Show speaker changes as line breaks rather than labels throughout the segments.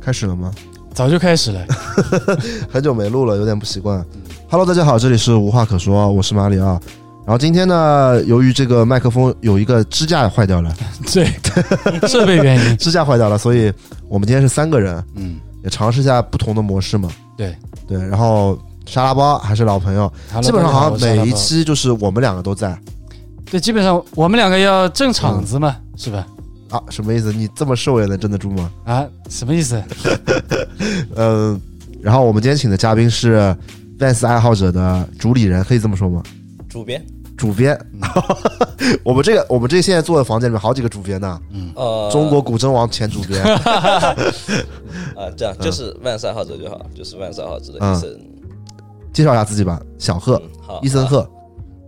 开始了吗？
早就 开始了。
很久没录了，有点不习惯。Hello，大家好，这里是无话可说，我是马里奥。然后今天呢，由于这个麦克风有一个支架坏掉 了，
对，设备原因，
支架坏掉了，所以我们今天是三个人，
嗯，
也尝试一下不同的模式嘛。
对
对，然后沙拉包还是老朋友，
好了
基本上好像每一，
大家
期就是我们两个都在
好对，基本上我们两个要正场子嘛，是吧？
啊，什么意思？你这么瘦也能镇得住吗？
啊，什么意思？
嗯、然后我们今天请的嘉宾是 Vans 爱好者的主理人，可以这么说吗？
主编，
主编， 我们这个我们这现在坐的房间里面好几个主编呢，
呃，
嗯中国古筝王前主 编，
啊、这
嗯
样就是万事爱好者就好，就是万事爱好者的医生。
介绍一下自己吧，小贺，
嗯，
呃
好，
伊森
好。
贺，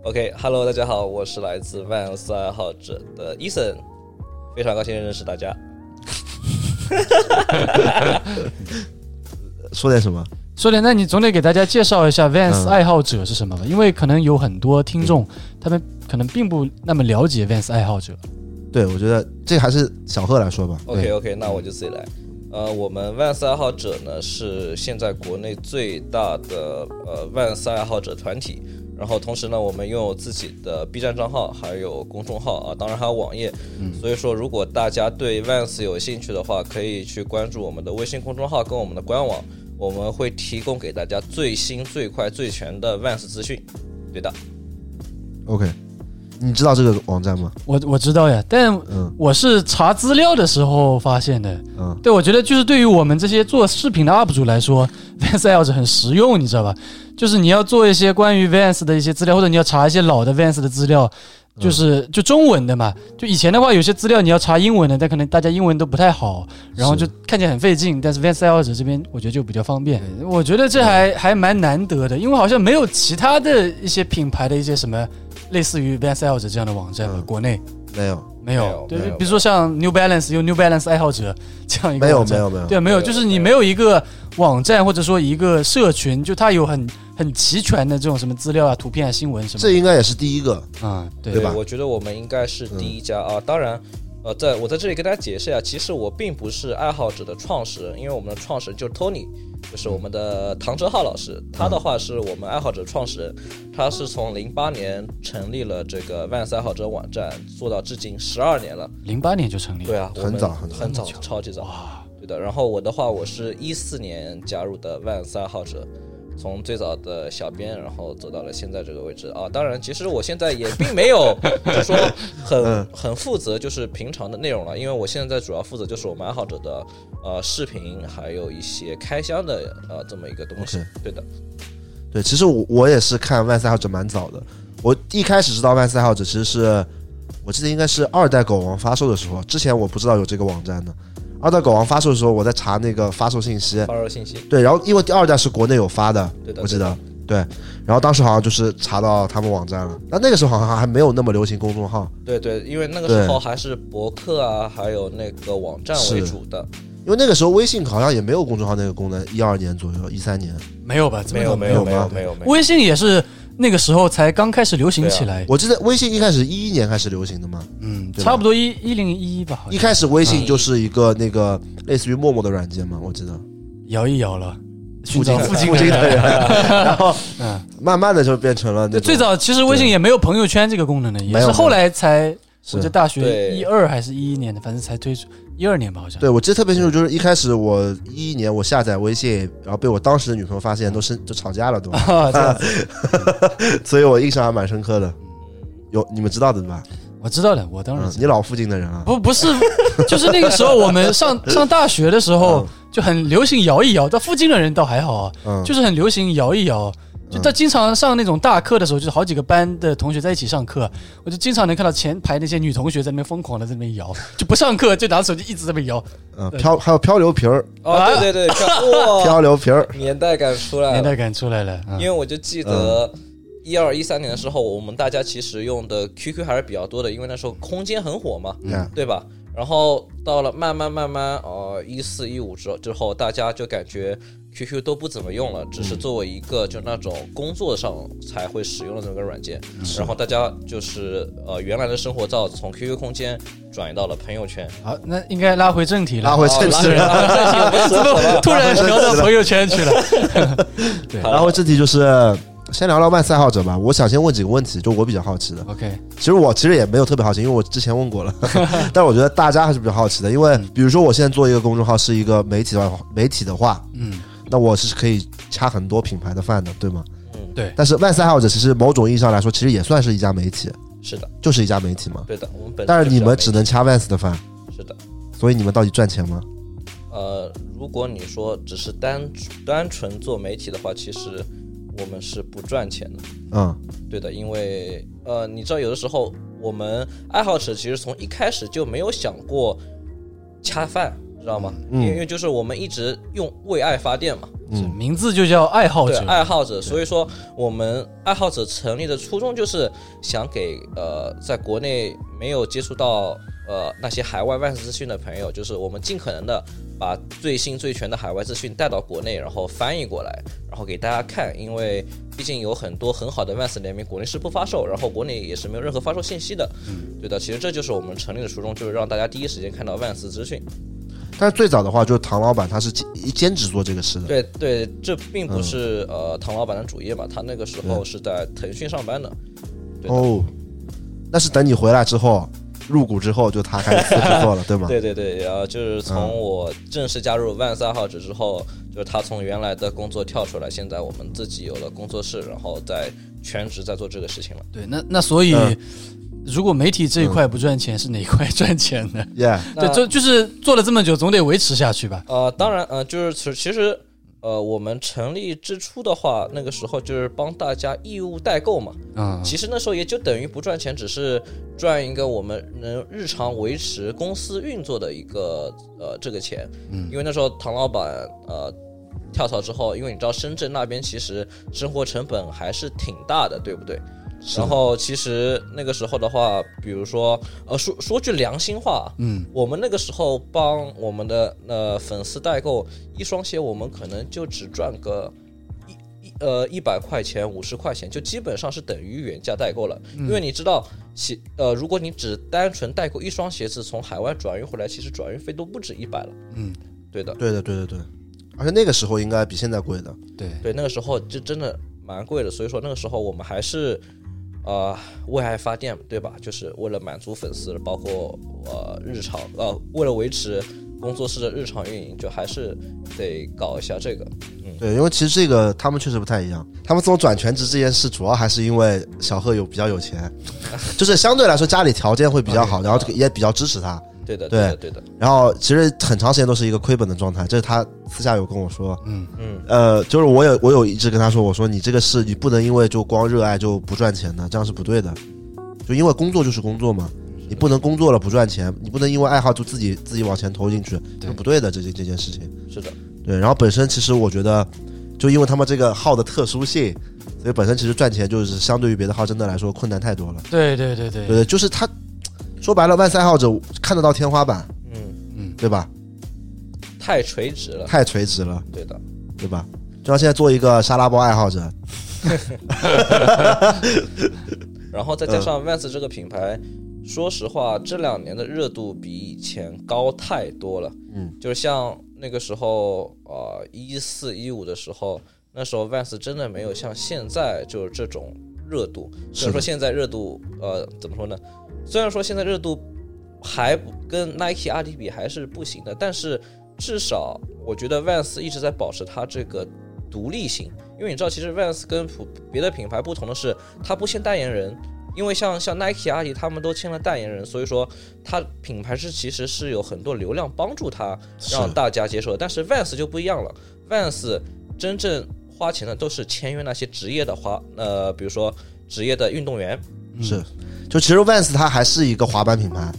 OK，Hello，、大家好，我是来自万事爱好者的伊森，非常高兴认识大家。
说点什么？
说点，那你总得给大家介绍一下 Vans
嗯
爱好者是什么吧？因为可能有很多听众，他们可能并不那么了解 Vans 爱好者。
对，我觉得这还是小贺来说吧。对
OK，OK，、那我就自己来。呃，我们万事爱好者呢是现在国内最大的呃万事爱好者团体，然后同时呢，我们拥有自己的 B 站账号，还有公众号啊，当然还有网页。所以说，如果大家对 Vans 有兴趣的话，可以去关注我们的微信公众号跟我们的官网，我们会提供给大家最新、最快、最全的 Vans 资讯。对的，
OK，你知道这个网站吗？
我我知道呀，但
嗯
我是查资料的时候发现的。
嗯，
对，我觉得就是对于我们这些做视频的 UP 主来说，Vans 爱好者很实用，你知道吧？就是你要做一些关于 Vans 的一些资料，或者你要查一些老的 Vans 的资料，就是、就中文的嘛。就以前的话，有些资料你要查英文的，但可能大家英文都不太好，然后
是
就看起来很费劲。但是 Vans 爱好者这边，我觉得就比较方便。我觉得这还还蛮难得的，因为好像没有其他的一些品牌的一些什么类似于 Vans 爱好者这样的网站吧，
嗯
国内。
没有，
没
没
有
有，
对
没有，
比如说像 New Balance 有 New Balance 爱好者这样一个
没有，
网站
没有，没有。
对，啊没有，
没有
就是你没
没
有一个网站或者说一个社群，就它有很很齐全的这种什么资料啊、图片啊、新闻什么
这
的。
应该也是第一个，
啊，对
对吧嗯
我觉得我们应该是第一家啊。当然，呃，在我在这里跟大家解释一下，其实我并不是爱好者的创始人，因为我们的创始人就是 Tony，就是我们的唐哲浩老师。他的话是我们爱好者创始人，他是从零八年成立了这个 Vans 爱好者网站，做到至今十二年了。
零八年就成立了。
对啊，
嗯很
我们
早很
很
早
早，超级早。
哇，
对的。然后我的话，我是一四年加入的万爱好者，从最早的小编，然后走到了现在这个位置啊。当然，其实我现在也并 没有就说
嗯
很很负责就是平常的内容了，因为我现在主要负责就是我们爱好者的呃视频，还有一些开箱的呃这么一个东西
OK。
对的，
对，其实我我也是看万斯爱好者蛮早的，我一开始知道万斯爱好者其实是我记得应该是二代狗王发售的时候，之前我不知道有这个网站的。二代狗王发售的时候，我在查那个发售信息，
发热信息。
对，然后因为第二代是国内有发的，
对的，
我记
对的
得，对，然后当时好像就是查到他们网站了，那那个时候好像还没有那么流行公众号，
对对，因为那个
对
时候还是博客啊，还有那个网站为
是
主的。
因为那个时候微信好像也没有公众号那个功能，一二年左右，一三年，
没有吧？怎么
没有
可能
没有
没
没
有
有
吗
没有没有。
微信也是那个时候才刚开始流行起来。
我记得微信一开始一一年开始流行的嘛，
嗯，
啊对吧
差不多一一零一一吧，好
一
像嗯
开始微信就是一个那个类似于陌陌的软件嘛，我 记得
摇一摇了，
附
寻
近
找
附
附
近
近
附近
的。
的人， 然后
嗯，
慢慢的就变成了那
对，
种
最早其实微信也没有朋友圈这个功能的，也
没有没有
是后来才，我记得
是
大学
对
一二还是一一年的，反正才推出一二年吧，好像。
对我记得特别清楚，就是一开始我一一年我下载微信，然后被我当时的女朋友发现，都是就吵架了，对吧？
啊，这 样子
所以我印象还蛮深刻的。有你们知道的对吧？
我知道了，我当然哦
嗯
知，道。
你老附近的人啊，
不不是，就是那个时候我们上上大学的时
嗯
候就很流行摇一摇，但附近的人倒还好啊，
嗯，
就是很流行摇一摇。就
嗯
他经常上那种大课的时候，就是好几个班的同学在一起上课，我就经常能看到前排那些女同学在那边疯狂的在那边摇，就不上课就拿手机一直在那边摇，
嗯漂还有漂流瓶儿，
哦，对对对， 哇，
漂流瓶儿，
年代感出来了，
年代感出来了。啊
呃因为我就记得
嗯
一二一三年的时候，我们大家其实用的 QQ 还是比较多的，因为那时候空间很火嘛，
嗯
对吧？然后到了慢慢慢慢，呃，一四一五之后之后，大家就感觉 QQ 都不怎么用了，
嗯
只是作为一个就那种工作上才会使用的这么个软件。
嗯
然后大家就是呃原来的生活照从 QQ 空间转移到了朋友圈。
好，那应该拉回正题了。
拉回正题
哦
了。
拉回正题，我们扯
怎
走
么
了。
突然聊到朋友圈去 了？
好
然后这题就是先聊聊慢赛爱好者吧。我想先问几个问题，就我比较好奇的。
OK，
其实我其实也没有特别好奇，因为我之前问过了， 但我觉得大家还是比较好奇的。因为比如说我现在做一个公众号是一个媒体的话，媒体的话，
嗯，
那我是可以掐很多品牌的饭的，对吗？
嗯，
对，
但是万赛爱好者其实某种意义上来说，其实也算是一家媒体，
是的，
就是一家媒体嘛。
对的，我们本身
但是
就
你
要
们
媒
只
体
能掐 Vans 的饭，
是的。
所以你们到底赚钱吗？
呃，如果你说只是单单纯做媒体的话，其实我们是不赚钱的。
嗯，
对的，因为呃，你知道有的时候我们爱好者其实从一开始就没有想过恰饭，知道吗？因为因为就是我们一直用为爱发电嘛，
这名字就叫爱好
对
者。
爱好者，所以说我们爱好者成立的初衷就是想给呃在国内没有接触到呃那些海外万事资讯的朋友，就是我们尽可能的把最新最全的海外资讯带到国内，然后翻译过来，然后给大家看，因为毕竟有很多很好的万斯联名，国内是不发售，然后国内也是没有任何发售信息的，对的，其实这就是我们成立的初衷，就是让大家第一时间看到万斯资讯。
但是最早的话，就是唐老板他是兼兼职做这个事的，
对对，这并不是、呃唐老板的主业嘛，他那个时候是在腾讯上班的。对的
哦，那是等你回来之后，入股之后，就他开始辞职做了，对吗？
对对对，然后就是从我正式加入万斯爱好者之后，就是他从原来的工作跳出来，现在我们自己有了工作室，然后在全职在做这个事情了。
对，那那所以
嗯，
如果媒体
嗯
这一块不赚钱，是哪一块赚钱呢？
，Yeah，
那
对，就就是做了这么久，总得维持下去吧。
呃，当然，呃，就是其其实，呃，我们成立之初的话，那个时候就是帮大家义务代购嘛。
嗯，
其实那时候也就等于不赚钱，只是赚一个我们能日常维持公司运作的一个呃这个钱。嗯，因为那时候唐老板呃跳槽之后，因为你知道深圳那边其实生活成本还是挺大的，对不对？然后其实那个时候的话，比如说，呃，说说句良心话，嗯，我们那个时候帮我们的呃粉丝代购一双鞋，我们可能就只赚个一一呃一百块钱、五十块钱，就基本上是等于原价代购了。因为你知道鞋，呃，如果你只单纯代购一双鞋子从海外转运回来，其实转运费都不止一百了。
嗯，
对的，
对的，对对对，而且那个时候应该比现在贵的，
对，
对，那个时候就真的蛮贵的，所以说那个时候我们还是，呃，为爱发电，对吧？就是为了满足粉丝，包括呃日常，呃，为了维持工作室的日常运营，就还是得搞一下这个。
对，因为其实这个他们确实不太一样，他们这种转全职这件事，主要还是因为小贺有比较有钱， 就是相对来说家里条件会比
啊
较好，然后也比较支持他，
对的，
对
的，对的，
然后其实很长时间都是一个亏本的状态，这是他私下有跟我说，
嗯
嗯，
呃，就是我有我有一直跟他说，我说你这个事你不能因为就光热爱就不赚钱的，这样是不对的，就因为工作就是工作嘛，你不能工作了不赚钱，你不能因为爱好就自己自己往前投进去，
对
是不对的，这件这件事情。
是的，
对，然后本身其实我觉得，就因为他们这个号的特殊性，所以本身其实赚钱就是相对于别的号真的来说困难太多了。
对对对
对
对，
对，就是他说白了，万赛爱好者看得到天花板，
嗯，
对吧？
太垂直了，
太垂直了，
对的，
对吧？就像现在做一个沙拉包爱好者，嗯
然后再加上 Vans 这个品牌，说实话，这两年的热度比以前高太多了。
嗯，
就是像那个时候，呃，一四一五的时候，那时候 Vans 真的没有像现在就是这种热度。
是
虽
的
然说现在热度，呃，怎么说呢？虽然说现在热度还不跟 Nike、阿迪比还是不行的，但是至少我觉得 Vans 一直在保持它这个独立性，因为你知道，其实 Vans 跟普别的品牌不同的是，它不签代言人，因为像像 Nike、阿迪他们都签了代言人，所以说它品牌是其实是有很多流量帮助它
是
让大家接受的，但是 Vans 就不一样了，Vans 真正花钱的都是签约那些职业的花，呃，比如说职业的运动员，
是，就其实 Vans 它还是一个滑板品牌，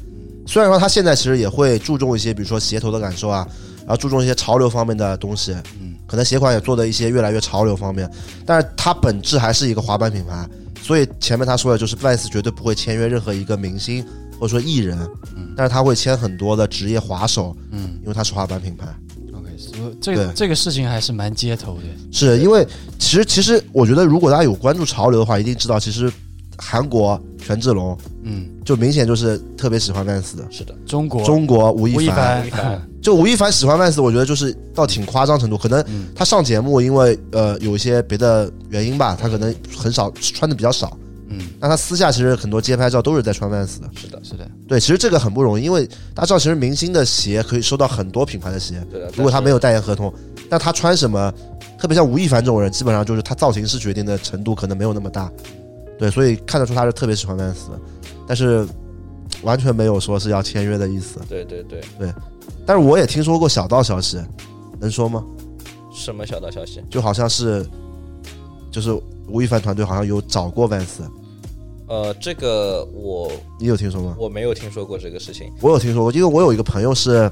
虽然说它现在其实也会注重一些，比如说鞋头的感受啊，然后注重一些潮流方面的东西，嗯，可能鞋款也做的一些越来越潮流方面，但是它本质还是一个滑板品牌，所以前面他说的就是 Vans 绝对不会签约任何一个明星或者说艺人，嗯，但是他会签很多的职业滑手，嗯，因为它是滑板品牌，
，OK，我这个
对
这个事情还是蛮街头的。
是因为其实其实我觉得，如果大家有关注潮流的话，一定知道，其实韩国权志龙
嗯，
就明显就是特别喜欢 Vans 的，
是的，
中国
中国吴
吴亦
亦凡。
凡
吴亦凡
就吴亦凡喜欢 Vans，我觉得就是到挺夸张程度，可能
嗯
他上节目，因为呃有一些别的原因吧，他可能很少穿的比较少。
嗯，
那他私下其实很多街拍照都是在穿 Vans 的，
是的，
是的，
对，其实这个很不容易，因为大家知道，其实明星的鞋可以收到很多品牌的鞋，
对的。
如果他
但是
没有代言合同，那他穿什么，特别像吴亦凡这种人，基本上就是他造型师决定的程度可能没有那么大，对，所以看得出他是特别喜欢 Vans，的但是完全没有说是要签约的意思。
对对对，
但是我也听说过小道消息，能说吗？
什么小道消息？
就好像是，就是吴亦凡团队好像有找过 Vans，
呃，这个我
你有听说吗？
我没有听说过这个事情。
我有听说过，因为我有一个朋友是，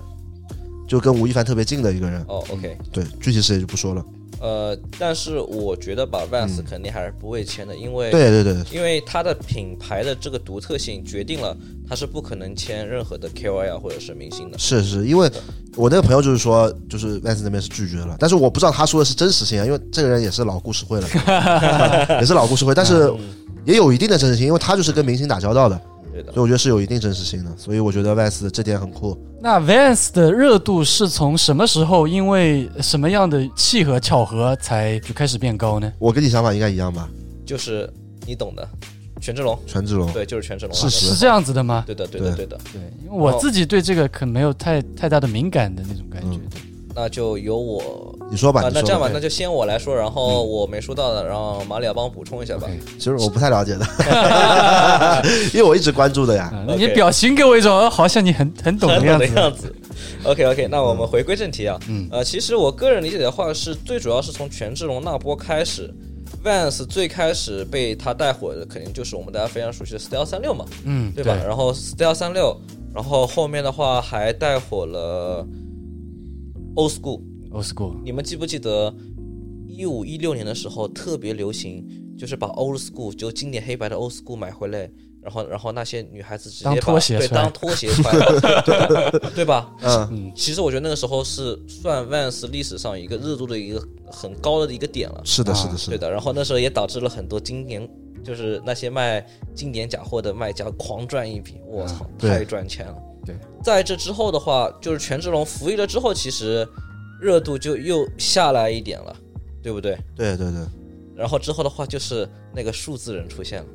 就跟吴亦凡特别近的一个人，
哦，OK，
对，具体谁就不说了。
呃，但是我觉得吧，Vans
嗯
肯定还是不会签的，因为
对对对，
因为它的品牌的这个独特性决定了它是不可能签任何的 KOL 或者是明星的。
是是，因为我那个朋友就是说，就是 Vans 那边是拒绝了，但是我不知道他说的是真实性啊，因为这个人也是老故事会了， 也是老故事会，但是
嗯
也有一定的真实性，因为他就是跟明星打交道的，
对的
所以，我觉得是有一定真实性的，所以我觉得 Vans 这点很酷。
那 Vans 的热度是从什么时候，因为什么样的契合巧合才就开始变高呢？
我跟你想法应该一样吧，
就是你懂的，权志龙，
权志龙，
对，就是哦权志龙啊。
事实
哦是这样子的吗？
对的，对的，
对
对的。
对，因为我自己对这个可没有太太大的敏感的那种感觉。
嗯
那就由我
你说吧，
啊，
你
那
说
这样吧，
吧
那就先我来说，然后我没说到的，让马里亚帮我补充一下吧。
嗯 OK
其实我不太了解的， 因为我一直关注的呀。
啊
OK
你表情给我一种呃好像你很很 懂的
嗯很
样
的
子。
样子。OK OK，那我们回归正题啊，
嗯
呃，其实我个人理解的话，是最主要是从权志龙那波开始，Vans 最开始被他带火的，肯定就是我们大家非常熟悉的 Style 三六嘛，
嗯，
对吧？然后 Style 三六，然后后面的话还带火了 Old School。
？Old school，
你们记不记得一五一六年的时候特别流行，就是把 Old School 就经典黑白的 Old School 买回来。然后，然后那些女孩子直接把
当拖鞋
对
穿
当拖鞋 穿，对吧对吧？
嗯，
嗯，
其实我觉得那个时候是算 Vans 历史上一个热度的一个很高的一个点了，
是的，
啊
是的，是
对
的，
的。然后那时候也导致了很多经典，就是那些卖经典假货的卖家狂赚一笔，我操，
啊对
太赚钱了。
对，
在这之后的话，就是权志龙服役了之后，其实热度就又下来一点了，对不对？
对对对，
然后之后的话，就是那个数字人出现了，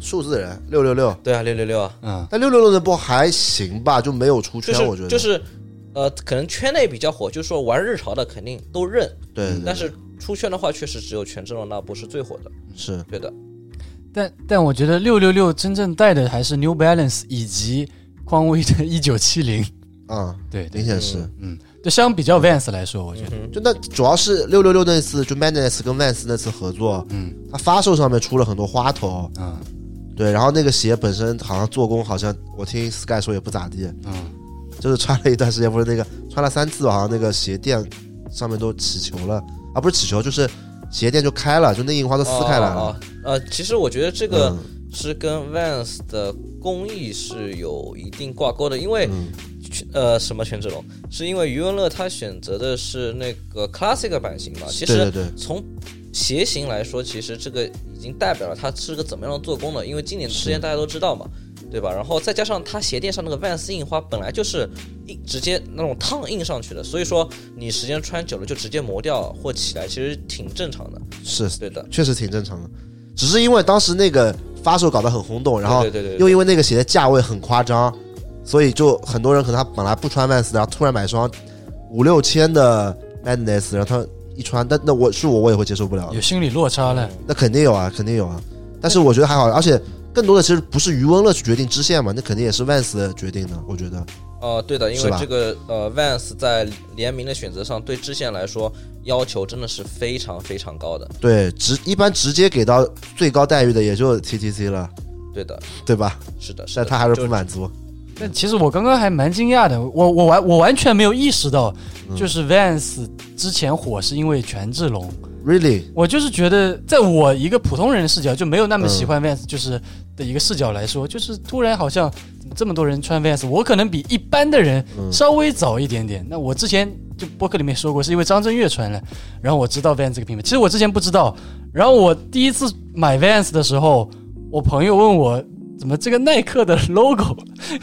数字人六六六，
对啊，六六六啊，
嗯，
但六六六那波还行吧，就没有出
就
圈，嗯啊我觉
是
得
就是，呃，可能圈内比较火，就是说玩日潮的肯定都认，
对，对对
嗯但是出圈的话，确实只有权志龙那部是最火的。
是
对的，
但但我觉得六六六真正带的还是 New Balance 以及匡威的一九七零。
啊，
对
明
嗯对，
显是。
嗯，就相比较 Vans 来说，我觉得
就那主要是六六六那次，就 Madness 跟 Vans 那次合作，
嗯，
它发售上面出了很多花头，
嗯
对，然后那个鞋本身好像做工好像我听 Sky 说也不咋地，
嗯，
就是穿了一段时间，不是那个穿了三次吧，好像那个鞋垫上面都起球了，啊，不是起球，就是鞋垫就开了，就那印花都撕开来了，
哦。哦哦呃，其实我觉得这个
嗯
是跟 Vans 的工艺是有一定挂钩的，因为、
嗯
呃什么权志龙，是因为余文乐他选择的是那个 classic 版型嘛。哦其
对对
实
对，
从鞋型来说，其实这个已经代表了它是个怎么样的做工了，因为经典之间大家都知道嘛。对吧？然后再加上它鞋垫上那个 Vans 印花本来就是印直接那种烫印上去的，所以说你时间穿久了就直接磨掉或起来，其实挺正常的。
是
对的，
确实挺正常的，只是因为当时那个发售搞得很轰动，然后
对对对对
又因为那个鞋的价位很夸张，所以就很多人可能他本来不穿 Vans，的然后突然买双五六千的 Madness，然后他一穿，但那我是我我也会接受不了
有，心理落差了。
那肯定有啊，肯定有啊。但是我觉得还好，而且更多的其实不是余文乐去决定支线嘛，那肯定也是 Vans 决定的，我觉得
呃，对的，因
是
为
吧
这个呃，Vans 在联名的选择上，对支线来说要求真的是非常非常高的。
对，直一般直接给到最高待遇的也就 TTC 了，
对的，
对吧？
是的，是
但
的。
他还是
就
不满足，
但其实我刚刚还蛮惊讶的，我我嗯完我完全没有意识到，就是 Vans 之前火是因为权志龙，
，really，
我就是觉得，在我一个普通人的视角，就没有那么喜欢 Vans，就是的一个视角来说，就是突然好像怎么这么多人穿 Vans，我可能比一般的人
嗯
稍微早一点点。那我之前就播客里面说过，是因为张震岳穿了，然后我知道 Vans 这个品牌。其实我之前不知道，然后我第一次买 Vans 的时候，我朋友问我。怎么这个耐克的 logo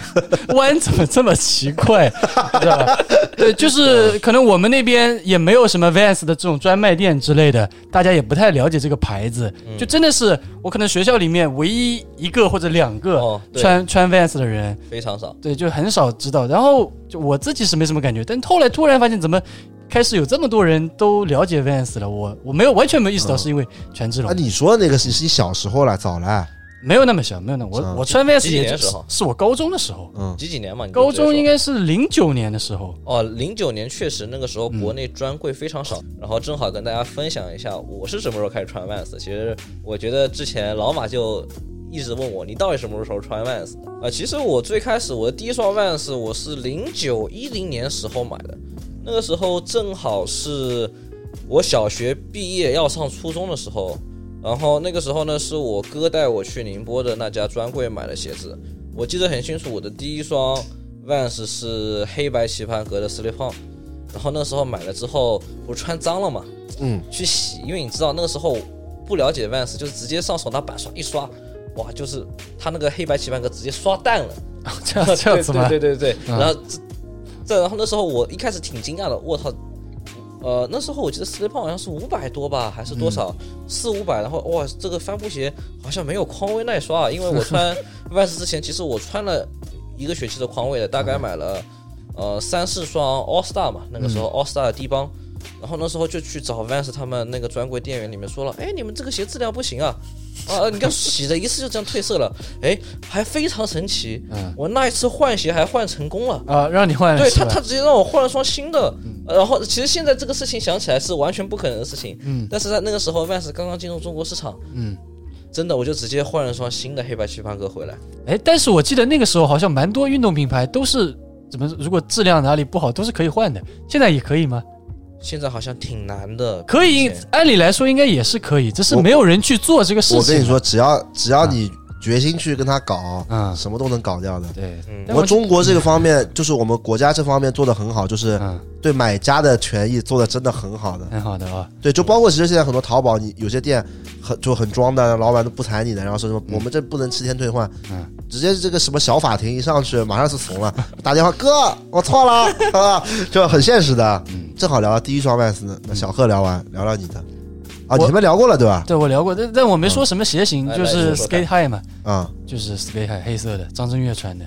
弯怎么这么奇怪， 知道吧？对，
啊
就是可能我们那边也没有什么 Vans 的这种专卖店之类的，大家也不太了解这个牌子，
嗯
就真的是我可能学校里面唯一一个或者两个
哦，对，
穿、穿 Vans 的人，
非常少。
对，就很少知道。然后就我自己是没什么感觉，但后来突然发现怎么。开始有这么多人都了解 Vans 了，我我没有完全没有意
嗯
识到是因为权志龙、
啊，你说的那个是是你小时候了，早了，
没有那么小，没有那么
啊
我我穿 Vans
几几
也
年
就
的时
是
候
是我高中的时候，
嗯，
几几年嘛？你
高中应
该
该是零九年的时 候，
哦，零九年确实那个时候国内专柜非常少，然后正好跟大家分享一下我是什么时候开始穿 Vans 的。其实我觉得之前老马就一直问我，你到底什么时候穿 Vans 的？啊、其实我最开始我的第一双 Vans 我是零九一零年时候买的，那个时候正好是我小学毕业要上初中的时候，然后那个时候呢是我哥带我去宁波的那家专柜买的鞋子，我记得很清楚，我的第一双 Vans 是黑白棋盘格的 slip on，然后那时候买了之后不是穿脏了嘛，
嗯，
去洗，因为你知道那个时候不了解 Vans，就是直接上手拿板刷一刷，哇，就是它那个黑白棋盘格直接刷淡了。
这样 这样子吗？
对对对对对。
嗯
然后这这，然后那时候我一开始挺惊讶的，我操，呃，那时候我记得 slip on 好像是五百多吧，还是多少，
嗯
四五百。然后哇，这个帆布鞋好像没有匡威耐刷啊，因为我穿 Vans 之前，其实我穿了一个学期的匡威的，大
嗯
概买了呃三四双 All Star 嘛，那个时候
嗯
All Star 的低帮。然后那时候就去找 Vans 他们那个专柜店员里面说了，哎，你们这个鞋质量不行啊，啊，你看洗了一次就这样褪色了，哎，还非常神奇，
嗯
我那一次换鞋还换成功了。
啊，让你换
对
是
他，
吧嗯
他直接让我换了双新的，呃然后其实现在这个事情想起来是完全不可能的事情，
嗯
但是在那个时候，Vans 刚刚进入中国市场，
嗯，
真的我就直接换了双新的黑白棋盘格回来。
哎，但是我记得那个时候好像蛮多运动品牌都是怎么，如果质量哪里不好都是可以换的，现在也可以吗？
现在好像挺难的，
可以
之前，
按理来说应该也是可以，只是
我
没有人去做这个事情。
我跟你，说，只要只要你决心去跟他搞，
嗯，
什么都能搞掉的。
对，
嗯
但
我中国这个方面，就是我们国家这方面做的很好，就是
嗯，
对买家的权益做的真的很好的。
很好的啊，
对，就包括其实现在很多淘宝，你有些店很就很装的，老板都不睬你的，然后说什么我们这不能七天退换，
嗯
直接这个什么小法庭一上去，马上就怂了，打电话哥，我错了啊，就很现实的。
嗯
正好聊到第一双 Vans 呢，那小贺聊完，聊聊你的啊，
我
你们聊过了对吧？
对我聊过，但但我没说什么鞋型，
嗯
就
来
是
来说说看
skate high 嘛，
啊
就是 skate high 黑色的，张震岳穿的。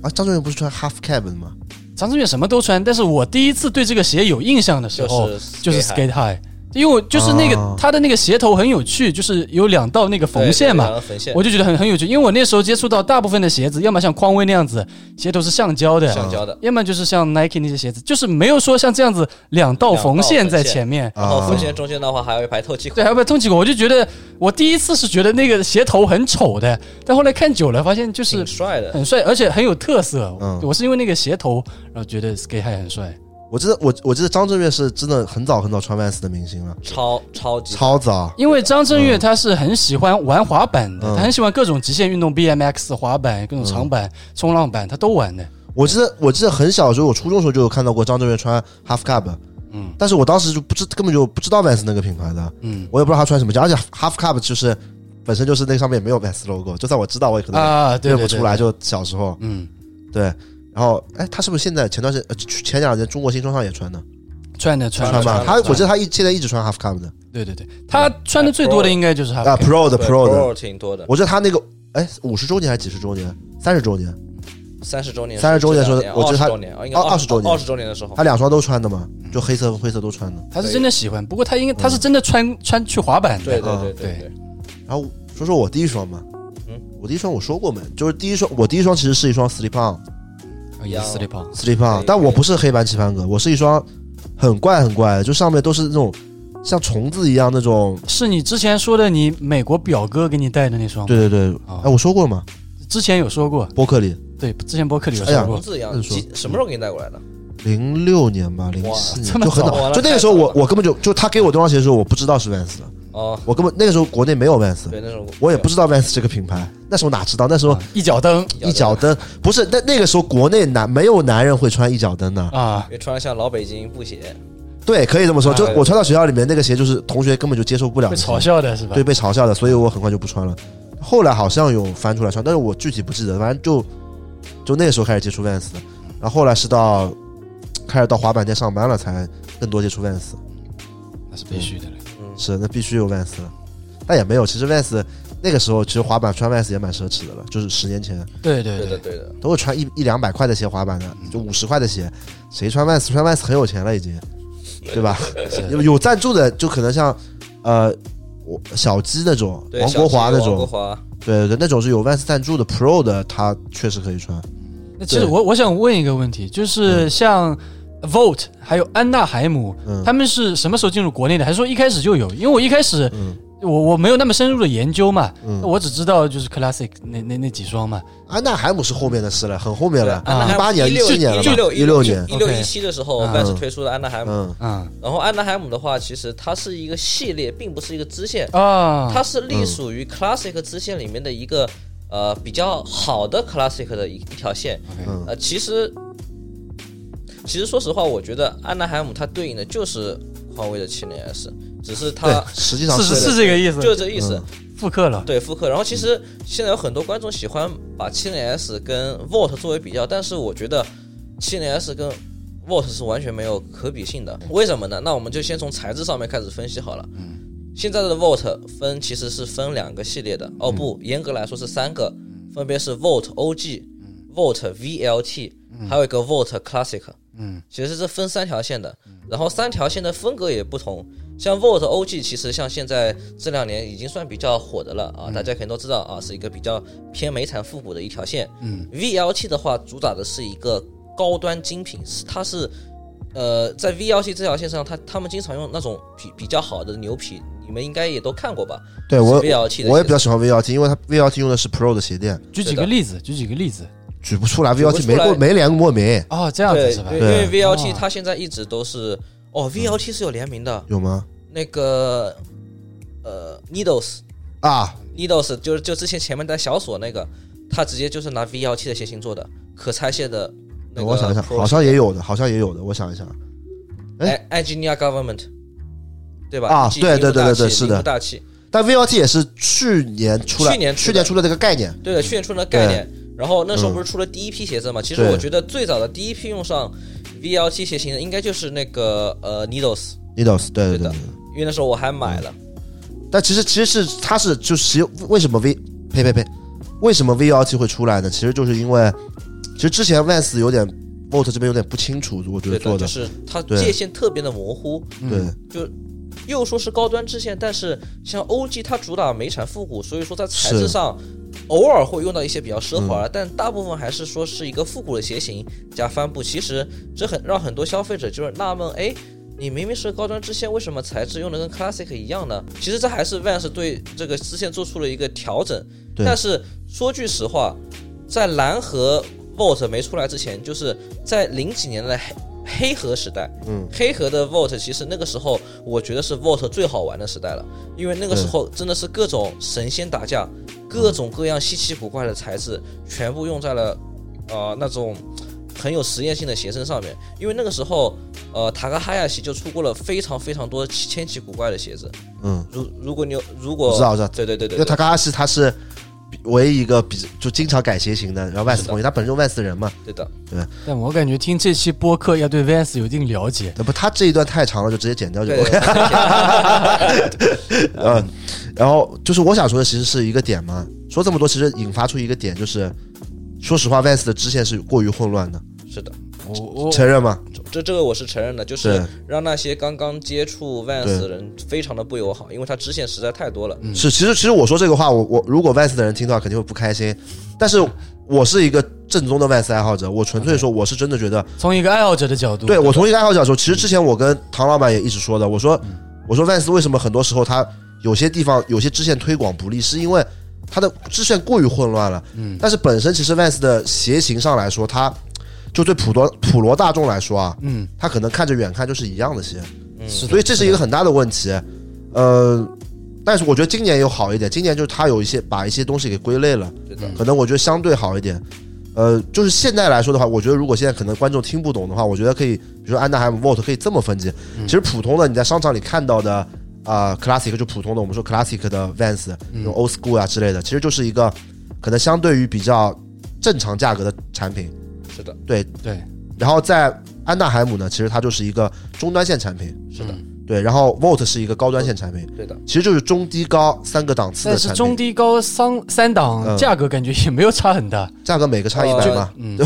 啊，张震岳不是穿 half cab 的吗？
张震岳什么都穿，但是我第一次对这个鞋有印象的时候，
就是
就是
skate high
skate high，因为我就是那个、
啊
它的那个鞋头很有趣，就是有两道那个缝线嘛，
对，对对缝线，
我就觉得很很有趣，因为我那时候接触到大部分的鞋子，要么像匡威那样子，鞋头是橡胶的，
橡胶的，
要么就是像 Nike 那些鞋子，就是没有说像这样子两道缝线在前面。
啊
然后缝线中间的话还有一排透气
对，
孔，
还有被通缉过，我就觉得我第一次是觉得那个鞋头很丑的，但后来看久了发现就是
挺帅的。
很帅，而且很有特色。
嗯
我是因为那个鞋头，然后觉得 skate high 很帅。
我记得我我记得张震岳是真的很早很早穿 Vans 的明星了，
超超级
超早。
因为张震岳他是很喜欢玩滑板的，
嗯
他很喜欢各种极限运动，BMX 滑板、各种长板、冲浪板，他都玩的。
我记得我记得很小的时候，我初中的时候就有看到过张震岳穿 half cab，
嗯
但是我当时就不知根本就不知道 Vans 那个品牌的，
嗯
我也不知道他穿什么，而且 half cab 就是本身就是那上面也没有 Vans logo，就算我知道我也可能
啊，对
认
对
不
对，
出来，就小时候
嗯，
对。然后哎，他是不是现在前段时呃前两年中国新装上也穿呢？
穿的啊穿的
穿
穿
吧，
了
他
穿了
我记得他一现在一直穿 half cab 的
对对对，他穿的最多的应该就是哈
啊，pro 的
对
pro 的，
Pro 挺多的。
我记得他那个哎五十周年还是几十周年，三十周年，
哦三十周年，
30周年的时候我觉得他
二十周年，哦应该
哦20周年
二十周年的时候
他，两双都穿的嘛，
嗯
就黑色和灰色都穿的。
他是真的喜欢，不过他应该他是真的穿穿去滑板的，
对对对
嗯
对
对
对，
然后说说我第一双嘛，
嗯
我第一双我说过没，就是第一双我第一双其实是一双 slip on
也是 slip on，
slip
可
on，
以
但我
可以
不是黑白棋
哎
盘格，我是一双很怪很怪的，就上面都是那种像虫子一样那种。
是你之前说的你美国表哥给你带的那
哦
双，
对对对，
啊
哎，我说过嘛，
之前有说过，
播客里
对，之前播客里有
哎呀
说
红
过，
字一样
那，是说
几什么时候给你带过来的？
零六年吧，零
哇
四
这
年
么
就很
早
早，
啊
就那个时候
那太早
我
了
我根本就就他给我这双鞋的时候，我不知道是 Vans 的，
哦，
我根本那个时候国内没有 Vans，
对，那时候
嗯我也不知道 Vans 这个品牌，那时候哪知道？那时候
一脚蹬
一脚蹬不是那那个时候国内男没有男人会穿一脚蹬的，
啊，
也穿了像老北京布鞋，
对，可以这么说，就
啊
我穿到学校里面那个鞋，就是同学根本就接受不了
被
的鞋，
嘲笑的是吧？
哎对，被嘲笑的，所以我很快就不穿了。后来好像有翻出来穿，但是我具体不记得，反正就就那个时候开始接触 Vans 的，然后后来是到开始到滑板店上班了，才更多接触 Vans。
那是必须的了。
嗯，
是，那必须有 Vans 了，但也没有。其实 Vans 那个时候，其实滑板穿 Vans 也蛮奢侈的了，就是十年前
对对
对的
对，
对的，
都是穿一一两百块的鞋滑板的，
嗯
就五十块的鞋，谁穿 Vans 穿 Vans 很有钱了已经，对吧？
是
有有赞助的，就可能像呃。我小鸡那种，
对
王国华那
小鸡王
种，
国华，
对对对，那种是有 Vans 赞助的 Pro 的，它确实可以穿。
那其实
对
我我想问一个问题，就是像 Volt 还有安娜海姆，
嗯
他们是什么时候进入国内的？还是说一开始就有？因为我一开始
嗯
我我没有那么深入的研究嘛，
嗯
我只知道就是 Classic 那那那几双嘛。
安娜海姆是后面的事了，很后面了，
安娜海
一啊
姆
八年、一
六
七年了吧
一，六
一六年，
一六
OK
一七的时候，
嗯
万斯推出了安娜海姆。
嗯
嗯
然后安娜海姆的话，其实它是一个系列，并不是一个支线，
啊，
它是隶属于 classic 支线里面的一个呃比较好的 classic 的一一条线。
嗯
呃，其实其实说实话，我觉得安娜海姆它对应的就是匡威的七零 S，只是
对
它，
实际上
是
的
是嗯这个意思，
就这意思。
复刻了。
对复刻。然后其实现在有很多观众喜欢把7 0 S 跟 Volt 作为比较，但是我觉得7 0 S 跟 Volt 是完全没有可比性的。为什么呢？那我们就先从材质上面开始分析好了。现在的 Volt 分其实是分两个系列的，哦不，严格来说是三个，分别是 Volt OG、Volt VLT，还有一个 Volt Classic。
嗯，
其实是分三条线的，然后三条线的风格也不同。像 Volt OG 其实像现在这两年已经算比较火的了啊，
嗯
大家肯定都知道啊，是一个比较偏美产复古的一条线。
嗯
，VLT 的话主打的是一个高端精品，是它是呃在 VLT 这条线上，它他们经常用那种比比较好的牛皮，你们应该也都看过吧？
对
呃
我
VLT 的
我也
鞋
比较喜欢 VLT，因为它 VLT 用的是 Pro 的鞋垫，
举几个例子，举几个例子。
举不出来
举不
，VLT
出
没
来
过没联过名，
哦，这样子
对
是吧？，
因为
对
VLT
哦嗯
它现在一直都是哦，VLT 是有联名的，
有吗？
那个呃 Needles。
啊，
Needles 就是就之前前面带小锁那个，他直接就是拿 V 1 7的鞋型做的，可拆卸的那个 Pro 鞋。
我想一想，好像也有的，好像也有的，我想一想，
哎，Engineer Government，对吧？
啊
一季
对
一
对
不大
对对
气
是
一不
的
大气。
但 VLT 也是去年出来，
去年出的
去年出的这个概念，
对的，去年出了概念，然后那时候
嗯
不是出了第一批鞋子嘛？其实
对
我觉得最早的第一批用上 V 1 7鞋型的应该就是那个呃 Needles，
Needles，对对
对
对
的。因为那时候我还买了。
嗯但其实其实是它是就是为什么 V 呸呸呸，为什么 VLT 会出来呢？其实就是因为，其实之前 Vans 有点 Volt 这边有点不清楚，我觉
对
得
的，
做
就
的
是嗯它
对
界限特别的模糊，
对
就又说是高端支线，但是像 OG 它主打美产复古，所以说在材质
是
上偶尔会用到一些比较奢华，但大部分还是说是一个复古的鞋型加帆布。其实这很让很多消费者就是纳闷，哎。你明明是高端支线，为什么材质用的跟 Classic 一样呢？其实这还是 Vans 对这个支线做出了一个调整。
对
但是说句实话，在蓝盒 Volt 没出来之前，就是在零几年的黑黑盒时代，
嗯，
黑盒的 Volt 其实那个时候我觉得是 Volt 最好玩的时代了，因为那个时候真的是各种神仙打架，各种各样稀奇古怪的材质全部用在了呃那种很有实验性的鞋身上面，因为那个时候呃塔克哈亚奇就出过了非常非常多千奇古怪的鞋子，
嗯，
如如果你有如
我
果
知道我知道，
对对对
因
对
为
对，
塔卡哈西他是唯一一个比就经常改鞋型的，然后 Vans
是的
同意，他本身就 Vans 的人嘛，
对的，
但我感觉听这期播客要对 Vans 有一定了解。
不，他这一段太长了，就直接剪掉就
对
OK
对。对
嗯，然后就是我想说的，其实是一个点嘛。说这么多，其实引发出一个点，就是说实话，Vans 的支线是过于混乱的，
是的，
我我
承认吗？
这这个我是承认的，就是
对
让那些刚刚接触 Vans
对嗯
的人非常的不友好，因为它支线实在太多了。
是，其实其实我说这个话，我我如果 Vans 的人听到肯定会不开心，但是我是一个正宗的 Vans 爱好者，我纯粹说我是真的觉得，
从一个爱好者的嗯角度，
对我从一个爱好者说，其实之前我跟唐老板也一直说的，我说
嗯
我说 Vans 为什么很多时候它有些地方有些支线推广不利，是因为它的支线过于混乱了。嗯，但是本身其实 Vans 的鞋型上来说，它就对普罗普罗大众来说啊，
嗯，
他可能看着远看就是一样的鞋，
是的，
所以这是一个很大的问题。呃，但是我觉得今年有好一点，今年就是它有一些把一些东西给归类了，
对的，
可能我觉得相对好一点。呃，就是现在来说的话，我觉得如果现在可能观众听不懂的话，我觉得可以，比如说安娜海姆 Volt 可以这么分级。
嗯
其实普通的你在商场里看到的啊、呃 Classic 就普通的，我们说 Classic 的 Vans，那
嗯
种 Old School 啊之类的，其实就是一个可能相对于比较正常价格的产品。
是的，
对，
对，
然后在安娜海姆呢，其实它就是一个中端线产品。
是
嗯
的，
对，然后 Volt 是一个高端线产品，
对的，
其实就是中低高三个档次的
但是
产
中
品，
低高三三档
嗯
价格感觉也没有差很大，
价格每个差一百
呃
嘛。
嗯，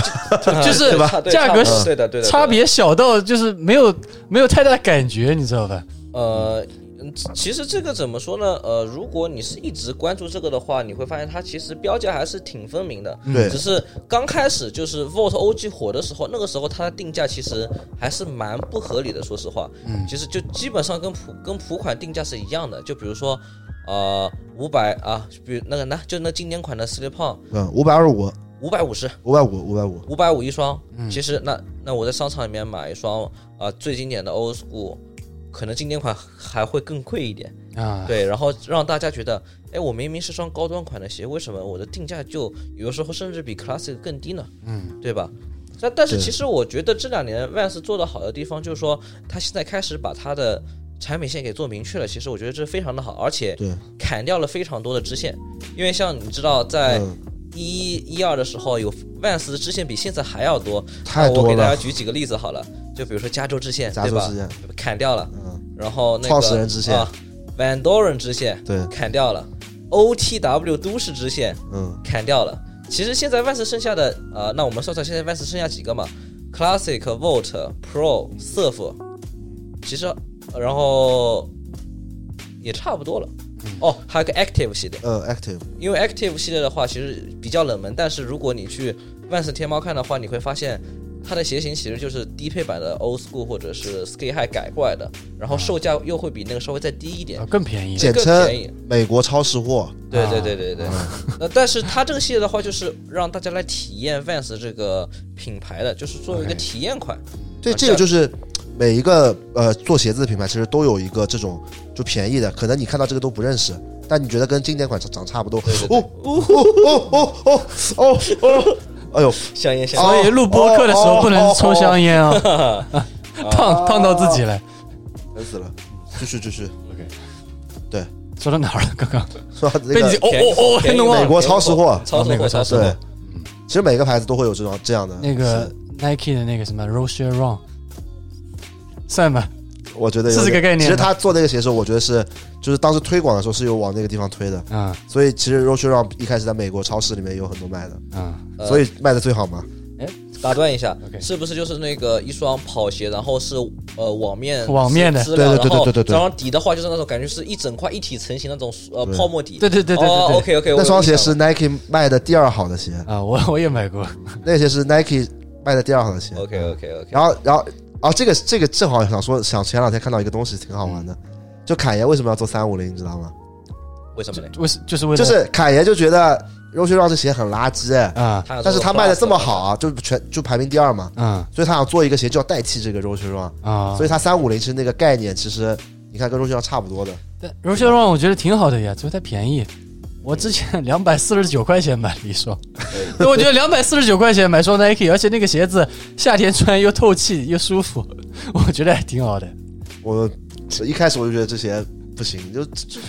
就是呃吧？对
价格
差不多对的，对的，对的
差别小到就是没有没有太大的感觉，你知道吧？
呃，嗯其实这个怎么说呢？呃，如果你是一直关注这个的话，你会发现它其实标价还是挺分明的。
嗯对
只是刚开始就是 Volt OG 火的时候，那个时候它的定价其实还是蛮不合理的。说实话，嗯，其实就基本上跟普跟普款定价是一样的。就比如说，呃，五百啊，比如那个那就那经典款的 Slip On
嗯，五百二十五，
五百五十，
五百五，五百五。
五百五一双，其实那那我在商场里面买一双啊、呃最经典的 Old School，可能经典款还会更贵一点，
啊，
对，然后让大家觉得，哎，我明明是双高端款的鞋，为什么我的定价就有的时候甚至比 Classic 更低呢？嗯，对吧？但但是
对
其实我觉得这两年 Vans 做的好的地方就是说，它现在开始把它的产品线给做明确了，其实我觉得这非常的好，而且
对
砍掉了非常多的支线，因为像你知道在。
嗯，
一一二的时候有 Vans 的支线比现在还要多，
太
那我
多
给大家
了。
举几个例子好了，就比如说加州支线，
加州之
对
间，
吧？砍掉了，
嗯，
然后那个
创始人支线嗯
啊，Van Doren 支线
对，
砍掉了，OTW 都市支线
嗯，
砍掉了。其实现在 Vans 剩下的呃，那我们算算现在 Vans 剩下几个嘛？Classic、Volt、Pro、Surf，其实呃然后也差不多了。
嗯
哦，还有个 Active 系列。
呃，Active，
因为 Active 系列的话，其实比较冷门，但是如果你去万斯天猫看的话，你会发现它的鞋型其实就是低配版的 Old School 或者是 Skate High 改过来的，然后售价又会比那个稍微再低一点
啊，更便宜。
简
更
称
便宜。
美国超市货，
对
啊
对对对对，那但是它这个系列的话，就是让大家来体验 Vans 这个品牌的，就是作为一个
OK
体验款。
对，
啊
这个就是每一个呃做鞋子的品牌，其实都有一个这种就便宜的，可能你看到这个都不认识，但你觉得跟经典款长长差不多。哦哦哦哦哦哦哦，哎呦，
香烟香烟，
所以录播客的时候不能抽香烟啊，
哦
烫烫到自己了。
疼死了！继续继续，
说到哪儿了？刚刚
说到这
被
个
你哦哦哦
便宜
弄忘
美
了。
国超市货
哦超市
啊美
货
国
超
超
市
市
对嗯
货，，
其实每个牌子都会有这种这样的。
那个 Nike 的那个什么 Rocher Run，算吧，
我觉得有
是这个
点
概念吗
其
啊
实他做那个鞋的时候，我觉得是就是当时推广的时候是有往那个地方推的，
嗯
所以其实 Roche Run 一开始在美国超市里面有很多卖的，
嗯，
呃
所以卖的最好嘛。
打断一下
OK
是不是就是那个一双跑鞋，然后是呃网面
网面的
资料，
对对对
然后
对对对对
然后底的话就是那种感觉是一整块一体成型那种呃
对
泡沫底。
对对对对
哦
对对。
，OK OK，
那双鞋是 Nike 卖的第二好的鞋，
啊，我我也买过，
那个鞋是 Nike 卖的第二好的鞋。
OK OK OK，
然后，然后，啊，这个这个正好想说，想前两天看到一个东西挺好玩的，就侃爷为什么要做三五零，你知道吗？
为什么呢？
为就是为了
就是侃爷就觉得 Roche Run 这鞋很垃圾，哎
啊
要做
但是他卖的这么好
Plus
啊，就全就排名第二嘛，
嗯
所以他想做一个鞋就要代替这个 Roche Run，
啊，
所以他三五零其实那个概念其实你看跟 Roche Run 差不多的。
但 Rocher Run 我觉得挺好的呀，主要它便宜。我之前两百四十九块钱买了一双，对，我觉得两百四十九块钱买双 Nike，而且那个鞋子夏天穿又透气又舒服， 我觉得还挺好的。
我一开始我就觉得这鞋不行，就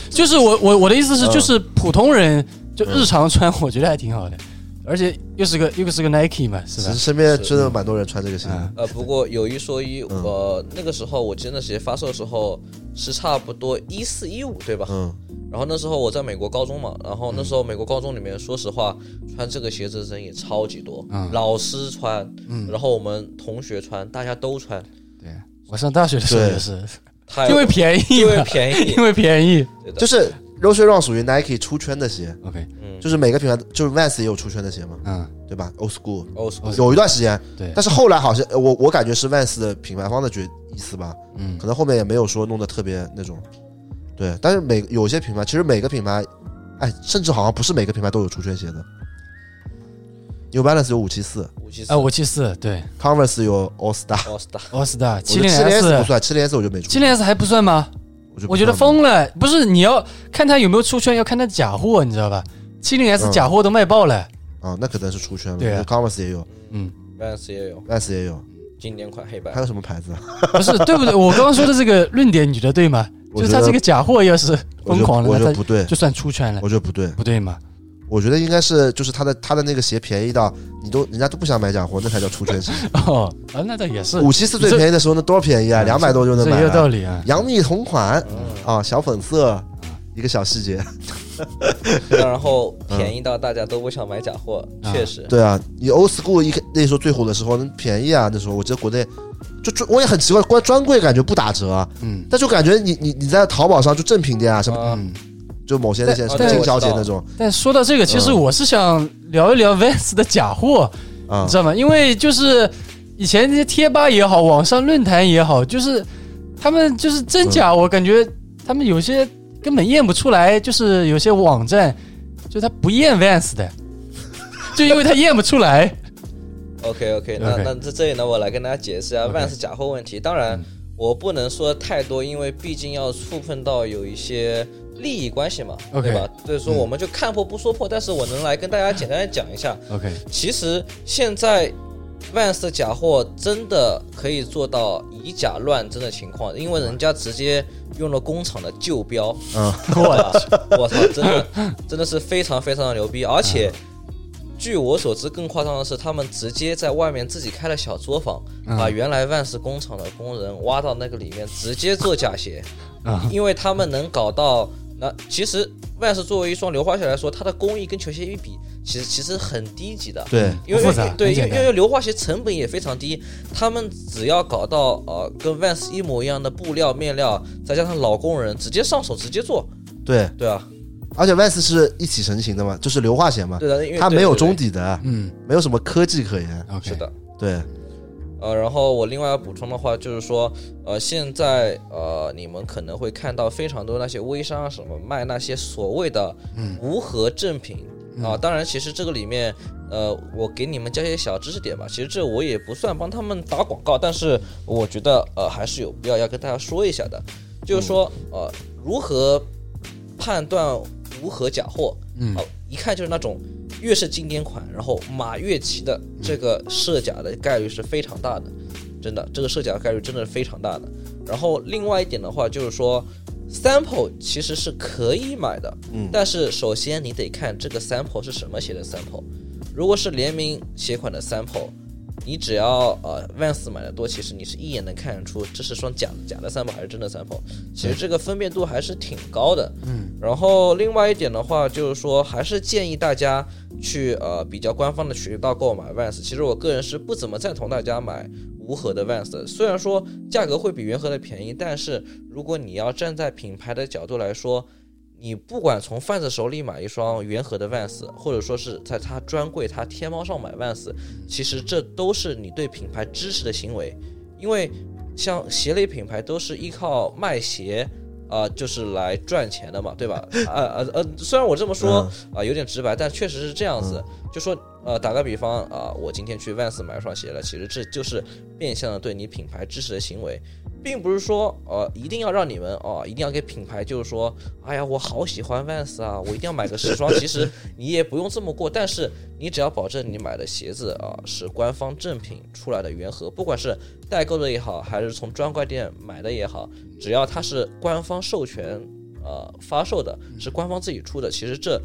就是我我我的意思是，
嗯
就是普通人就日常穿，我觉得还挺好的，而且又是个又是个 Nike 嘛，是
其实？
吧
身边真的蛮多人穿这个鞋的。
嗯
呃，不过有一说一，
嗯
呃，那个时候我记得那鞋发售的时候是差不多一四一五对吧？
嗯，
然后那时候我在美国高中
嗯
嘛，然后那时候美国高中里面，说实话，穿这个鞋子的人也超级多，
嗯
老师穿，然后我们同学穿，大家都穿，
对，我上大学的时候也是，
太
因为便宜
因为
嘛，
便 宜
因，为便宜。
对的
就是 Roche Run 属于 Nike 出圈的鞋，
OK，
嗯
就是每个品牌就是 Vans 也有出圈的鞋嘛，
嗯，
对吧？Old School
old school，
哦
有一段时间，
对，
但是后来好像呃我我感觉是 Vans 的品牌方的决意思吧，
嗯
可能后面也没有说弄得特别那种。对，但是每有些品牌，其实每个品牌，哎，甚至好像不是每个品牌都有出圈鞋的， New Balance 有五七四
五七四
哎，五七四对
，Converse 有 All Star，
All Star，
，All-Star
我觉
七
得
零
七零 S 不
S，
算，七零 S 我就没
七
出，
零 S 还不算吗？
就
我
我
觉得疯了，不是你要看他有没有出圈，要看他假货，你知道吧？七零 S
嗯
假货都卖爆了，
啊，那可能是出圈了。
对啊
因为 Converse 也有
嗯，
Vans 也有，
，Vans 也有，
经典款黑白
还。有什么牌子啊？
不是对不对？我刚刚说的这个论点，你觉得对吗？
我
就是
觉
他
得
这个假货要是
我
疯
觉得
狂
我
了，
觉
那
得
他
不对，
就算出圈了，
我觉得不对，
不对吗？
我觉得应该是就是他的他的那个鞋便宜到你都人家都不想买假货，那才叫出 圈鞋。
哦，啊，那倒也是，
五七四最便宜的时候那多便宜啊，两百多就能
这
买
也有道
了。
理嗯啊。
杨幂同款啊，小粉色，一个小细节。
然后便宜到大家都不想买假货，
嗯啊
确实。
对啊，你 old school 一开那时候最火的时候，那便宜啊，那时候我记得国内就专我也很奇怪，关专柜感觉不打折啊，
嗯
但就感觉你你你在淘宝上就正品店啊什么，
啊，
嗯，
就某些那些
但
什么
但
经销节那种
但说到这个，其实
嗯
我是想聊一聊 Vans 的假货，
啊
你知，道吗？因为就是以前那些贴吧也好，网上论坛也好，就是他们就是真假，我感觉他们有些根本验不出来，就是有些网站就他不验 Vans 的，就因为他验不出来。
OK OK，那
OK
那这这里呢，我来跟大家解释一下
OK 嗯
Vans 假货问题。当然，我不能说太多，因为毕竟要触碰到有一些利益关系嘛
OK 嗯
对吧？所以说我们就看破不说破，但是我能来跟大家简单的讲一下。
OK，
其实现在 Vans 的假货真的可以做到以假乱真的情况，因为人家直接用了工厂的旧标，
嗯，
我我操，真的真的是非常非常的牛逼，而且。据我所知，更夸张的是，他们直接在外面自己开了小作坊，把原来万事工厂的工人挖到那个里面，直接做假鞋。
啊
因为他们能搞到那，其实万事作为一双流花鞋来说，它的工艺跟球鞋一比，其实其实很低级的。
对，
因为
不复杂
对，
很
因
简
为
单
因为硫化鞋成本也非常低，他们只要搞到呃跟 Vans 一模一样的布料面料，再加上老工人，直接上手直接做，
对，
对啊，
而且 Vans 是一体成型的嘛，就是硫化鞋
啊
嘛，
对的，因为
它
对
没有
对对
中底的，
嗯
没有什么科技可言。
，OK，
是的。
对，
呃，然后我另外要补充的话就是说，呃，现在呃，你们可能会看到非常多那些微商啊什么卖那些所谓的无核正品啊、当然，其实这个里面，呃，我给你们加一些小知识点吧。其实这我也不算帮他们打广告，但是我觉得呃还是有必要要跟大家说一下的，就是说呃如何判断无核假货，
嗯
哦，一看就是那种越是经典款，然后马越骑的这个设假的概率是非常大的，真的，这个设假的概率真的是非常大的。然后另外一点的话就是说，sample 其实是可以买的，
嗯
但是首先你得看这个 sample 是什么鞋的 sample，如果是联名鞋款的 sample。你只要呃 Vans 买的多，其实你是一眼能看出这是双假假的 sample 还是真的 sample，其实这个分辨度还是挺高的。然后另外一点的话，就是说还是建议大家去呃比较官方的渠道购买 Vans。其实我个人是不怎么赞同大家买无核的 Vans 的，虽然说价格会比原盒的便宜，但是如果你要站在品牌的角度来说，你不管从贩子手里买一双原盒的 Vans，或者说是在他专柜、他天猫上买 Vans，其实这都是你对品牌支持的行为，因为像鞋类品牌都是依靠卖鞋。啊、就是来赚钱的嘛，对吧？ 呃呃呃，虽然我这么说啊、有点直白，但确实是这样子。就说呃，打个比方啊、我今天去 Vans 买一双鞋了，其实这就是变相的对你品牌支持的行为，并不是说呃一定要让你们哦、一定要给品牌就是说，哎呀，我好喜欢 Vans 啊，我一定要买个十双。其实你也不用这么过，但是你只要保证你买的鞋子啊是官方正品出来的原盒，不管是代购的也好，还是从专柜店买的也好，只要它是官方授权呃发售的，是官方自己出的，其实这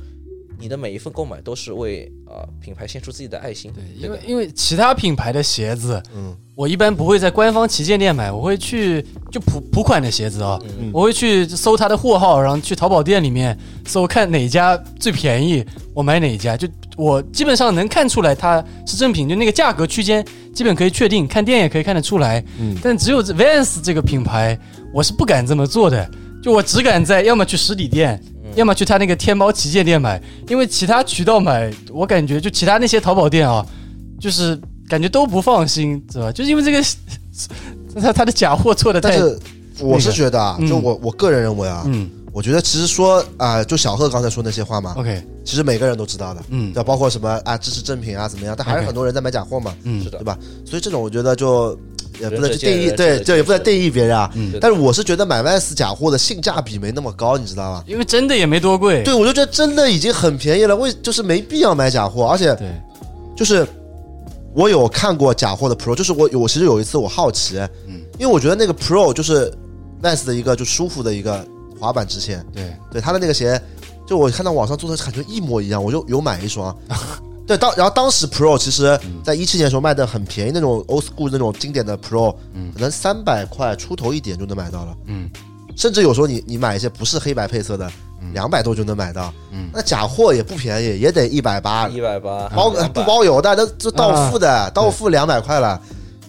你的每一份购买都是为呃品牌献出自己的爱心。
对，
对
因
的
为因为其他品牌的鞋子，
嗯
我一般不会在官方旗舰店买，我会去就普普款的鞋子啊、
嗯
我会去搜它的货号，然后去淘宝店里面搜看哪家最便宜，我买哪家。就我基本上能看出来它是正品，就那个价格区间基本可以确定，看店也可以看得出来。
嗯
但只有这 Vans 这个品牌，我是不敢这么做的，就我只敢在要么去实体店。
嗯
要么去他那个天猫旗舰店买，因为其他渠道买，我感觉就其他那些淘宝店啊，就是感觉都不放心，知道吧？就是因为这个， 他他的假货做的
但
太，
是我是觉得啊，
嗯
就我我个人认为啊，
嗯
我觉得其实说啊、就小贺刚才说那些话嘛，
OK，
其实每个人都知道的，
嗯
对，包括什么啊支持正品啊怎么样，但还是
OK
很多人在买假货嘛，
嗯
是的
对吧？所以这种我觉得就也不能去定义，
仁者见仁
对，
智者
就也不能
智
定义别人啊。
对
但是我是觉得买 Vans 假货的性价比没那么高，你知道吧？
因为真的也没多贵。
对，我就觉得真的已经很便宜了，为就是没必要买假货，而且
对
就是我有看过假货的 Pro，就是我我其实有一次我好奇，
嗯
因为我觉得那个 Pro 就是 Vans 的一个就舒服的一个滑板支线，
对，
对它的那个鞋，就我看到网上做的感觉一模一样，我就有买一双。 对，当然后当时 Pro 其实
嗯
在一七年的时候卖的很便宜，那种 old school 那种经典的 Pro，、可能三百块出头一点就能买到了。
嗯，
甚至有时候你你买一些不是黑白配色的，两百多就能买到。
嗯，
那假货也不便宜，也得一百八，
一百八
啊嗯包呃不？包邮的，那就到付的，
啊
到
对
付两百块了，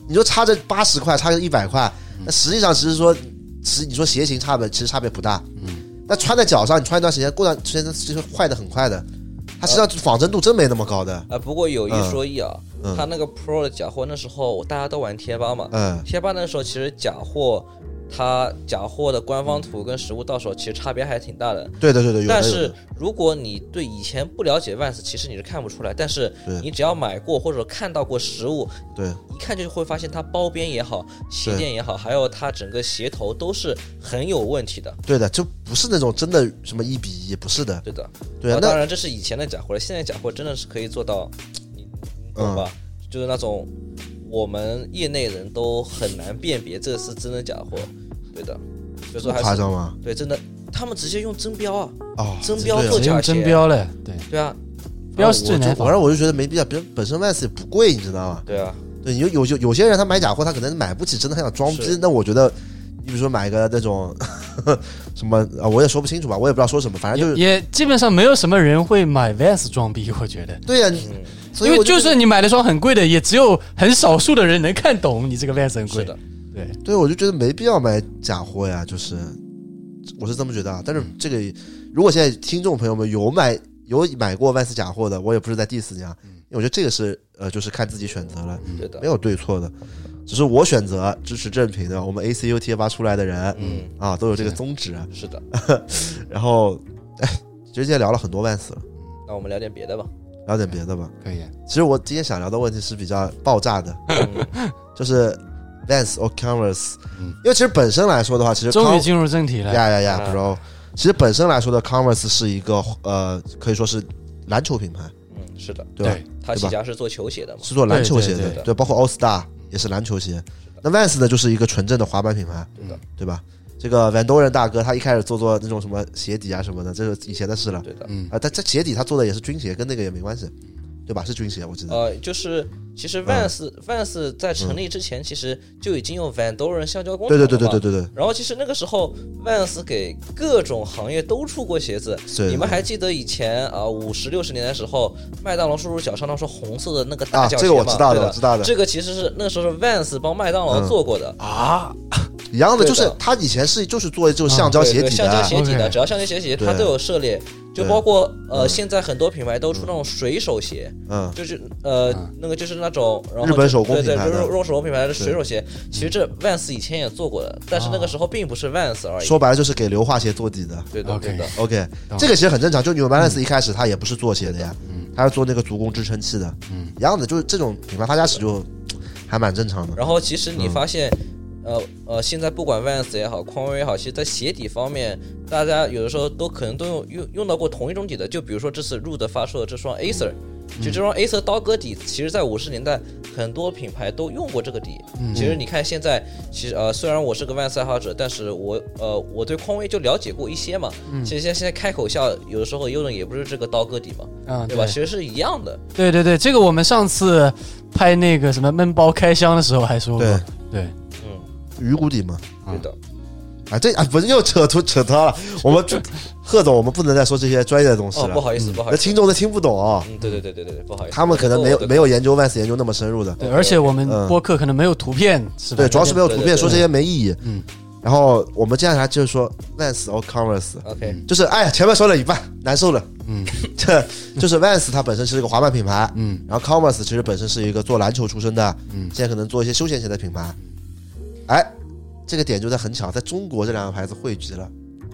你就差这八十块，差这一百块，
嗯
那实际上其实说，其实你说鞋型差别其实差别不大，嗯，那穿在脚上，你穿一段时间，过段时间其实坏的很快的，它实际上仿真度真没那么高的，
啊，不过有一说一啊，
嗯
他那个 Pro 的假货那时候大家都玩贴吧嘛，
嗯，
贴吧那时候其实假货，它假货的官方图跟实物到手其实差别还挺大的。
对的对的，哎有的
但
有
是
的
如果你对以前不了解 Vans，其实你是看不出来。但是
对
你只要买过或者看到过实物，
对
一看就会发现它包边也好，鞋垫也好，还有它整个鞋头都是很有问题的。
对的，就不是那种真的什么一比一，不是的，
对的，
对啊
啊，
那
当然这是以前的假货了，现在假货真的是可以做到，你你懂
嗯
吧？就是那种我们业内人都很难辨别这是真的假货，对的，所以
这
说
么
还
夸
是
张吗？
对真的，他们直接用真标啊，
哦，
真标
对啊
做
只用真标了，对，
对啊，
标是最
我就
难
我
仿
让
的。
我就觉得没必要，别人本身 Vans 也不贵，你知道吗？
对啊，
对，有有有有些人他买假货，他可能买不起，真的很想装逼
是。
那我觉得，你比如说买个那种什么啊，我也说不清楚吧，我也不知道说什么，反正就是
也基本上没有什么人会买 Vans 装逼，我觉得，
对呀、
嗯，
所以
因为
我
就
觉得
算你买了双很贵的，也只有很少数的人能看懂你这个 Vans 很贵。
是的，，
对，
对，我就觉得没必要买假货呀，就是我是这么觉得啊。但是
嗯
这个，如果现在听众朋友们有买有买过万斯假货的，我也不是在 diss 你啊，
嗯
因为我觉得这个是呃，就是看自己选择了，
对的
嗯没，有对错的，只是我选择支持正品的，我们 ACU 贴吧出来的人，
嗯，
啊，都有这个
是
宗旨。
是的。
然后，哎，其实今天聊了很多万斯了，
那我们聊点别的吧。
聊点别的吧。
可以。
其实我今天想聊的问题是比较爆炸的，就是 Vans or Converse，、
嗯
因为其实本身来说的话，其实
终于
Con-
进入正题了。嗯
呀呀呀
啊
，bro，其实本身来说的 Converse 是一个呃，可以说是篮球品牌，
嗯，是的，
对吧？
他
对吧
起家是做球鞋的嘛，
是做篮球鞋的，
对对
对
包括 All Star 也是篮球鞋。那 Vans 呢，就是一个纯正的滑板品牌，
对的
对吧？这个 Van Doren 大哥他一开始做做那种什么鞋底啊什么的，这是以前的事了。
对的。
嗯
啊，但这鞋底他做的也是军鞋，跟那个也没关系，对吧？是军鞋，我记得。
呃，就是其
嗯
实 Vans、Vans 在成立之前，其实就已经有 Van Doren 橡胶工厂
对
了
对
嘛
对对对对对
然后其实那个时候，Vans 给各种行业都出过鞋子。
对。
你们还记得以前啊，五十六十年代时候，麦当劳叔叔脚上那双红色的那个
啊，
大脚鞋
这个
嘛？
我知道
对
的，我知道的，嗯
这个其实是那个时候是 Vans 帮麦当劳做过的，
啊，
一样的，
对
就
的啊
是他以前是就是做这种橡胶
对
鞋
对
底
橡胶
的，啊
鞋底的，
OK
只要橡胶鞋底它
对
都有涉猎，就
对
包括呃，现在很多品牌都出那种水手鞋，
嗯，
就是呃，那个就是那种然后
日本
就
手工
对对，
品牌的
日日本手工品牌的水手鞋，其实这 Vans 以前也做过的，但是那个时候并不是 Vans 而已。
说白了就是给硫化鞋做底的。
对嗯的，
OK
对的，
OK，
懂
这个其实很正常，就 New Balance 一开始它也不是做鞋的呀，
嗯
它是做那个足弓支撑器的，
嗯
一样的，就是这种品牌发家史就还蛮正常的。
然后其实
嗯
你发现，呃呃，现在不管 Vans 也好，匡威也好，其实在鞋底方面，大家有的时候都可能都用用用到过同一种底的。就比如说这次 Rude 发售的这双 Acer，就
嗯
这双 Acer 刀割底，其实在五十年代很多品牌都用过这个底。
嗯
其实你看现在，其实呃，虽然我是个 Vans 爱好者，但是我呃我对匡威就了解过一些嘛。
嗯
其实现在现在开口笑，有的时候用的也不是这个刀割底嘛，
啊
嗯，
对吧？其实是一样的。
对对对，这个我们上次拍那个什么闷包开箱的时候还说过，对
嗯，
鱼骨底嘛，
对的。
啊，这啊不是又扯图扯到了，我们贺总，我们不能再说这些专业的东西
哦，不
了，
好意思，不好
那
意思。
听众都听不懂啊，
嗯，对对对对对对，不好意思。
他们可能没有
这个我的
没有研究 Vans 研究那么深入的，
对，而且我们播客可能没有图片，是吧？
嗯对，主要是没有图
对对
片，
对
说这些没意义。
嗯，
然后我们接下来就是说 Vans or Converse，
OK，
就是哎呀，前面说了一半，难受了。
嗯，
这就是 Vans 它本身是一个滑板品牌，
嗯，
然后 Converse 其实本身是一个做篮球出身的，
嗯
现在可能做一些休闲鞋的品牌。哎，这个点就在很巧，在中国这两个牌子汇集了，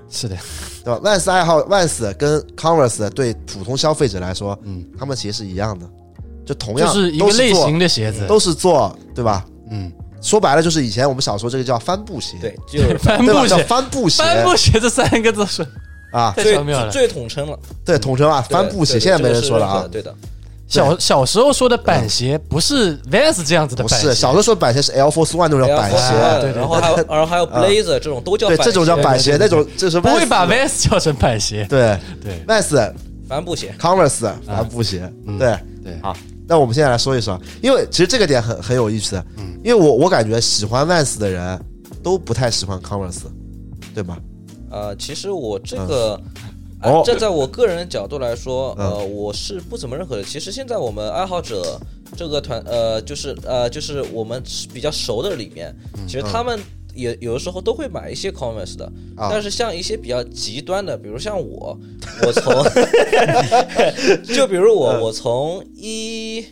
是的，
对吧？Vans 爱好 Vans 跟 Converse 对普通消费者来说，
嗯，
他们其实是一样的，就同
就
样
是一个
都是
类
做
型的鞋子，
都是做对吧？
嗯，
说白了就是以前我们小时候这个叫帆布鞋，
对， 就是
帆
对吧？
布
叫
鞋，
帆布鞋
帆布鞋这三个字是
啊，
太
最
巧妙了。
最统称了，
对，统称啊，帆布鞋，
对对
现在没人
这个是
说了
认可
啊
的。对的，
小小时候说的板鞋不是 Vans 这样子的
不
板鞋，
是，小的时候板鞋是 Air Force One 那种叫板
Air Force
鞋，
One，
对对
然后还有然后还有 Blazer 这种都叫
啊对，
板鞋，
这种叫板鞋，那种这是
不会
Vans
把 Vans 叫成板鞋。
对
对
Vans、
帆布鞋。
Converse 帆布鞋，
嗯
对。
对，
好，那我们现在来说一说，因为其实这个点很很有意思，因为我我感觉喜欢 Vans 的人都不太喜欢 Converse，对吧？
呃，其实我这个。
嗯
啊
哦
这在我个人角度来说，
嗯
呃，我是不怎么认可的。其实现在我们爱好者这个团，呃，就是呃，就是我们比较熟的里面，
嗯
其实他们也有的时候都会买一些 Converse 的，
啊
但是像一些比较极端的，比如 像我，我从 就比如
嗯
我，我从一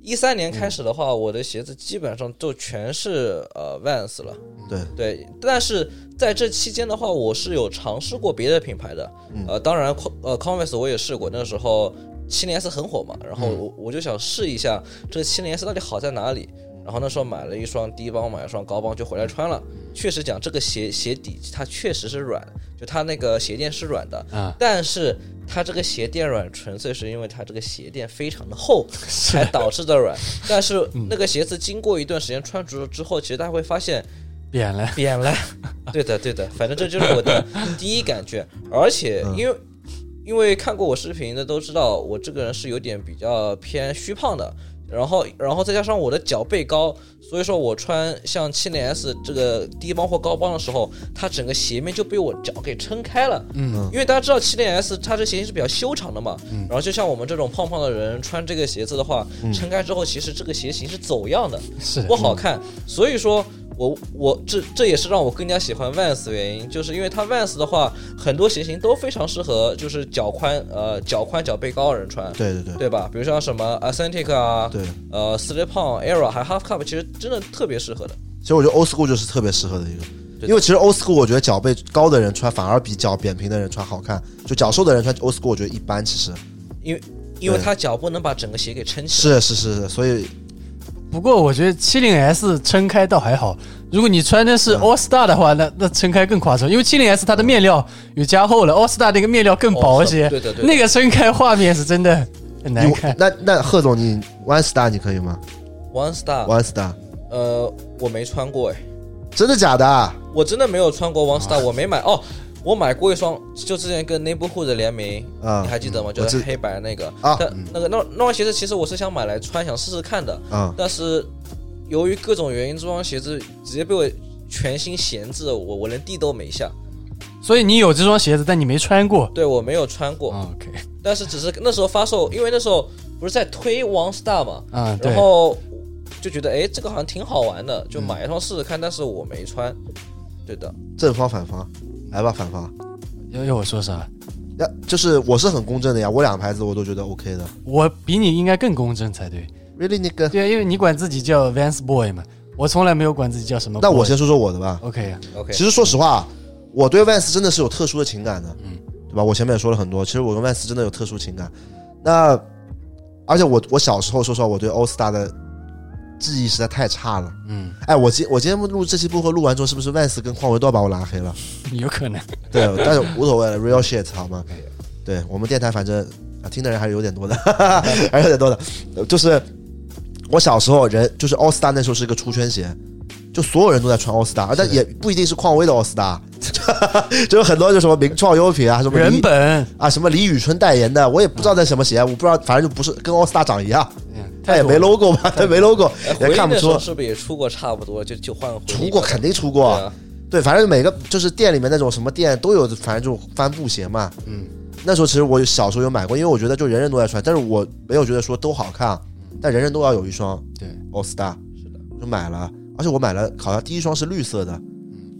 一三年开始的
嗯
话，我的鞋子基本上就全是呃 Vans 了。
对，
对，但是在这期间的话，我是有尝试过别的品牌的，呃，当然，呃，Converse 我也试过，那时候七零 S 很火嘛，然后我我就想试一下这七零 S 到底好在哪里。然后那时候买了一双低帮，买了一双高帮，就回来穿了。确实讲，这个鞋鞋底它确实是软，就它那个鞋垫是软的，
啊
但是它这个鞋垫软，纯粹是因为它这个鞋垫非常的厚，才导致的软。但是那个鞋子经过一段时间穿着之后，其实大家会发现
扁了，
扁了。 对的，对的，反正这就是我的第一感觉。而且
嗯
因为、因为看过我视频的都知道，我这个人是有点比较偏虚胖的。然后，然后再加上我的脚背高，所以说我穿像七零 S 这个低帮或高帮的时候，它整个鞋面就被我脚给撑开了。
嗯，
因为大家知道七零 S 它这鞋型是比较修长的嘛，然后就像我们这种胖胖的人穿这个鞋子的话，撑开之后，其实这个鞋型是走样的。
嗯是的
不好
嗯
看。所以说我我这这也是让我更加喜欢 Vans 的原因，就是因为它 Vans 的话，很多鞋型都非常适合就是脚宽呃脚宽脚背高的人穿，
对对对
对吧？比如像什么 Authentic 啊，
对。
呃 Slip On、Era 还有 Half Cup，其实真的特别适合的。
其实我觉得 old school 就是特别适合的一个，
的
因为其实 old school 我觉得脚背高的人穿反而比脚扁平的人穿好看，就脚瘦的人穿 old school 我觉得一般，其实
因为因为
对
它脚不能把整个鞋给撑起来，
是是是是，所以
不过我觉得七零 S 撑开倒还好，如果你穿的是 All Star 的话，那那撑开更夸张，因为七零 S 它的面料有加厚了，All Star 那个面料更薄些，
哦对的对的
那个撑开画面是真的很难
你
看。
那那贺总你 one star 你可以吗
One Star，
？one star
呃，我没穿过哎，
真的假的啊？
我真的没有穿过 One Star，我没买哦。我买过一双，就之前跟 Neighborhood 的联名，
啊
你还记得吗？
嗯
就
我
是
知
黑白那个
啊
但那个那那双鞋子，其实我是想买来穿，想试试看的。
啊
但是由于各种原因，这双鞋子直接被我全新闲置，我我连地都没下。
所以你有这双鞋子，但你没穿过。
对我没有穿过，
OK，
但是只是那时候发售，因为那时候不是在推 One Star 嘛，
啊，对
然，后就觉得哎，这个好像挺好玩的，就买一双试试看。但是我没穿，对的。
正方反方，来吧反方，
要要我说啥？
那就是我是很公正的呀，我两个牌子我都觉得 OK 的。
我比你应该更公正才对。
Really 那 个，
对啊，因为你管自己叫 Vans Boy 嘛，我从来没有管自己叫什么 boy。
那我先说说我的吧。
OK 啊
OK，
其实说实话，我对 Vans 真的是有特殊的情感的，对吧？我前面也说了很多，其实我跟 Vans 真的有特殊情感。那而且我我小时候说实话，我对 All Star 的记忆实在太差了。
嗯，
哎，我今我今天录这期播客录完之后，是不是 Vans 跟匡维都要把我拉黑了？
有 可能。
对， 但是无所谓了，real
嗯
shit 好吗？对我们电台反正啊听的人还是有点多的， 还是有点多的。呃就是我小时候人就是 All Star 那时候是一个出圈鞋，就所有人都在穿 All Star，但也不一定是匡威的 All Star，就有很多就什么名创优品啊，什么
人
李
本，
啊什么李宇春代言的，我也不知道那什么鞋，我不知道，反正就不是跟 All Star 长一样，
嗯
它也没 logo 吧，它没 logo
哎，
也
回力
看不
那时
出
候。是不是也出过差不多？就就换回力
出过
吧
肯定出过，
对啊
对，反正每个就是店里面那种什么店都有，反正这种帆布鞋嘛。嗯，那时候其实我小时候有买过，因为我觉得就人人都在穿，但是我没有觉得说都好看，啊但人人都要有一双
对
All Star，
是的，
我就买了，而且我买了，好像第一双是绿色的，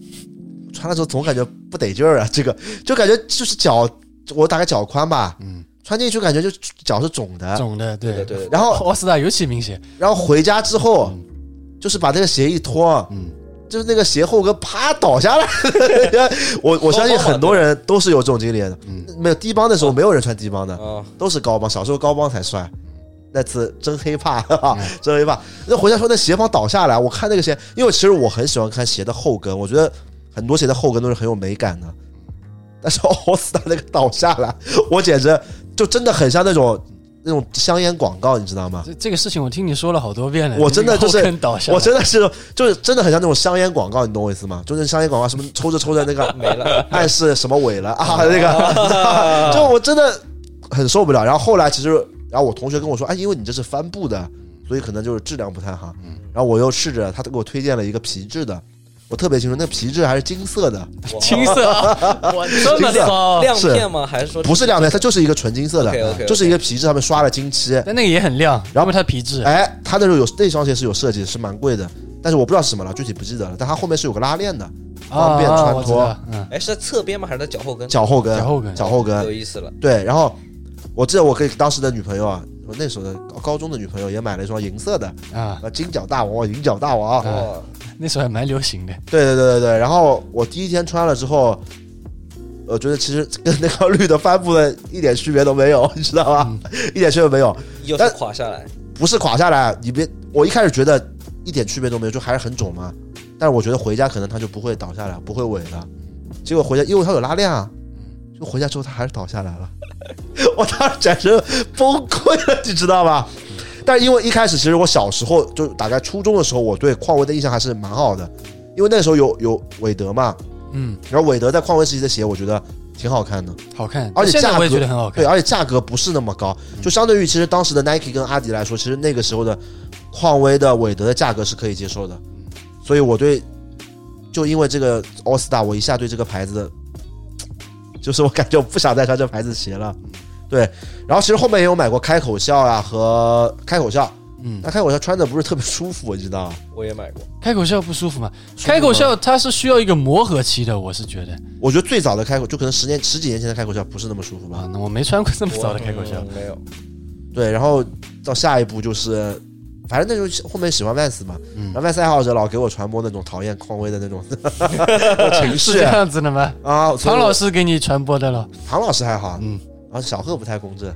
穿的时候总感觉不得劲儿啊，这个就感觉就是脚，我大概脚宽吧，嗯，穿进去感觉就脚是肿的，
总的对哦
对对对。
然后
奥斯达尤其明显，
然后回家之后，就是把这个鞋一脱，
嗯，
就是那个鞋后跟啪倒下来，我我相信很多人都是有这种经历的。没有低帮的时候，没有人穿低帮的，
啊，
都是高帮。小时候高帮才帅，那次真黑怕，哈 哈真黑怕。那回家说那鞋帮倒下来，我看那个鞋，因为其实我很喜欢看鞋的后跟，我觉得很多鞋的后跟都是很有美感的。但是奥斯达那个倒下来，我简直就真的很像那种那种香烟广告，你知道吗？
这这个事情我听你说了好多遍了，
我真的就是
你后跟倒下来，
我真的是，就是真的很像那种香烟广告，你懂我意思吗？就是香烟广告，什么抽着抽着那个
没了，
暗示什么尾了啊，那个，
哦
就我真的很受不了。然后后来其实，然后我同学跟我说，哎，因为你这是帆布的，所以可能就是质量不太好。
嗯
然后我又试着，他给我推荐了一个皮质的，我特别清楚，那皮质还是金色的，
哇
青 涩啊，我这么骚，
哦亮片吗？还是说
不是亮片，它就是一个纯金色
OK，OK，OK
的，就是一个皮质，上面刷了金漆。
但那个也很亮，然后它皮质，
哎，它那时候有那双鞋是有设计，是蛮贵的，但是我不知道是什么了，具体不记得了。但它后面是有个拉链的，方便
啊
穿脱，
啊我知道嗯，
哎是在侧边吗？还是在脚后跟？
脚后跟，
脚后跟
脚后跟
有，意思了，
对，然后我记得我给当时的女朋友啊，我那时候的高高中的女朋友也买了一双银色的，
啊，
呃，金角大王，银角大王。啊
嗯
哇，
那时候还蛮流行的，
对对对对对。然后我第一天穿了之后，我觉得其实跟那个绿的帆布的一点区别都没有，你知道吧？
嗯
一点区别没有，
又是
但
垮下来，
不是垮下来，你别，我一开始觉得一点区别都没有，就还是很肿嘛。但是我觉得回家可能它就不会倒下来，不会萎了。结果回家，因为它有拉链啊，就回家之后它还是倒下来了。 我当时简直崩溃了，你知道吧？但是因为一开始其实我小时候就大概初中的时候，我对匡威的印象还是蛮好的，因为那时候有有韦德嘛，
嗯，
然后韦德在匡威时期的鞋，我觉得挺好看的。
好看，
而且
现在
价
我也
格
觉得很好看
对，，啊而且价格不是那么高，就相对于其实当时的 Nike 跟阿迪来说，其实那个时候的匡威的韦德的价格是可以接受的，所以我对就因为这个 All Star，我一下对这个牌子，就是我感觉我不想再穿这牌子鞋了。对，然后其实后面也有买过开口笑啊和开口笑，
嗯，
那开口笑穿的不是特别舒服，你知道吗？
我也买过，
开口笑不舒服吗？
服吗
开口笑它是需要一个磨合期的，我是觉得
我觉得最早的开口就可能十年十几年前的开口笑不是那么舒服吧
啊，。那我没穿过这么
我
早的开口笑
嗯，没有，
对，然后到下一步就是，反正那时候后面喜欢 Vans 嘛，
嗯
然后 Vans 爱好者老给我传播那种讨厌匡威的那 种情
是
绪
这样子的吗？
啊。所以
唐
我
老师给你传播 的了，
唐老师还好，
嗯，啊
然后小贺不太公正，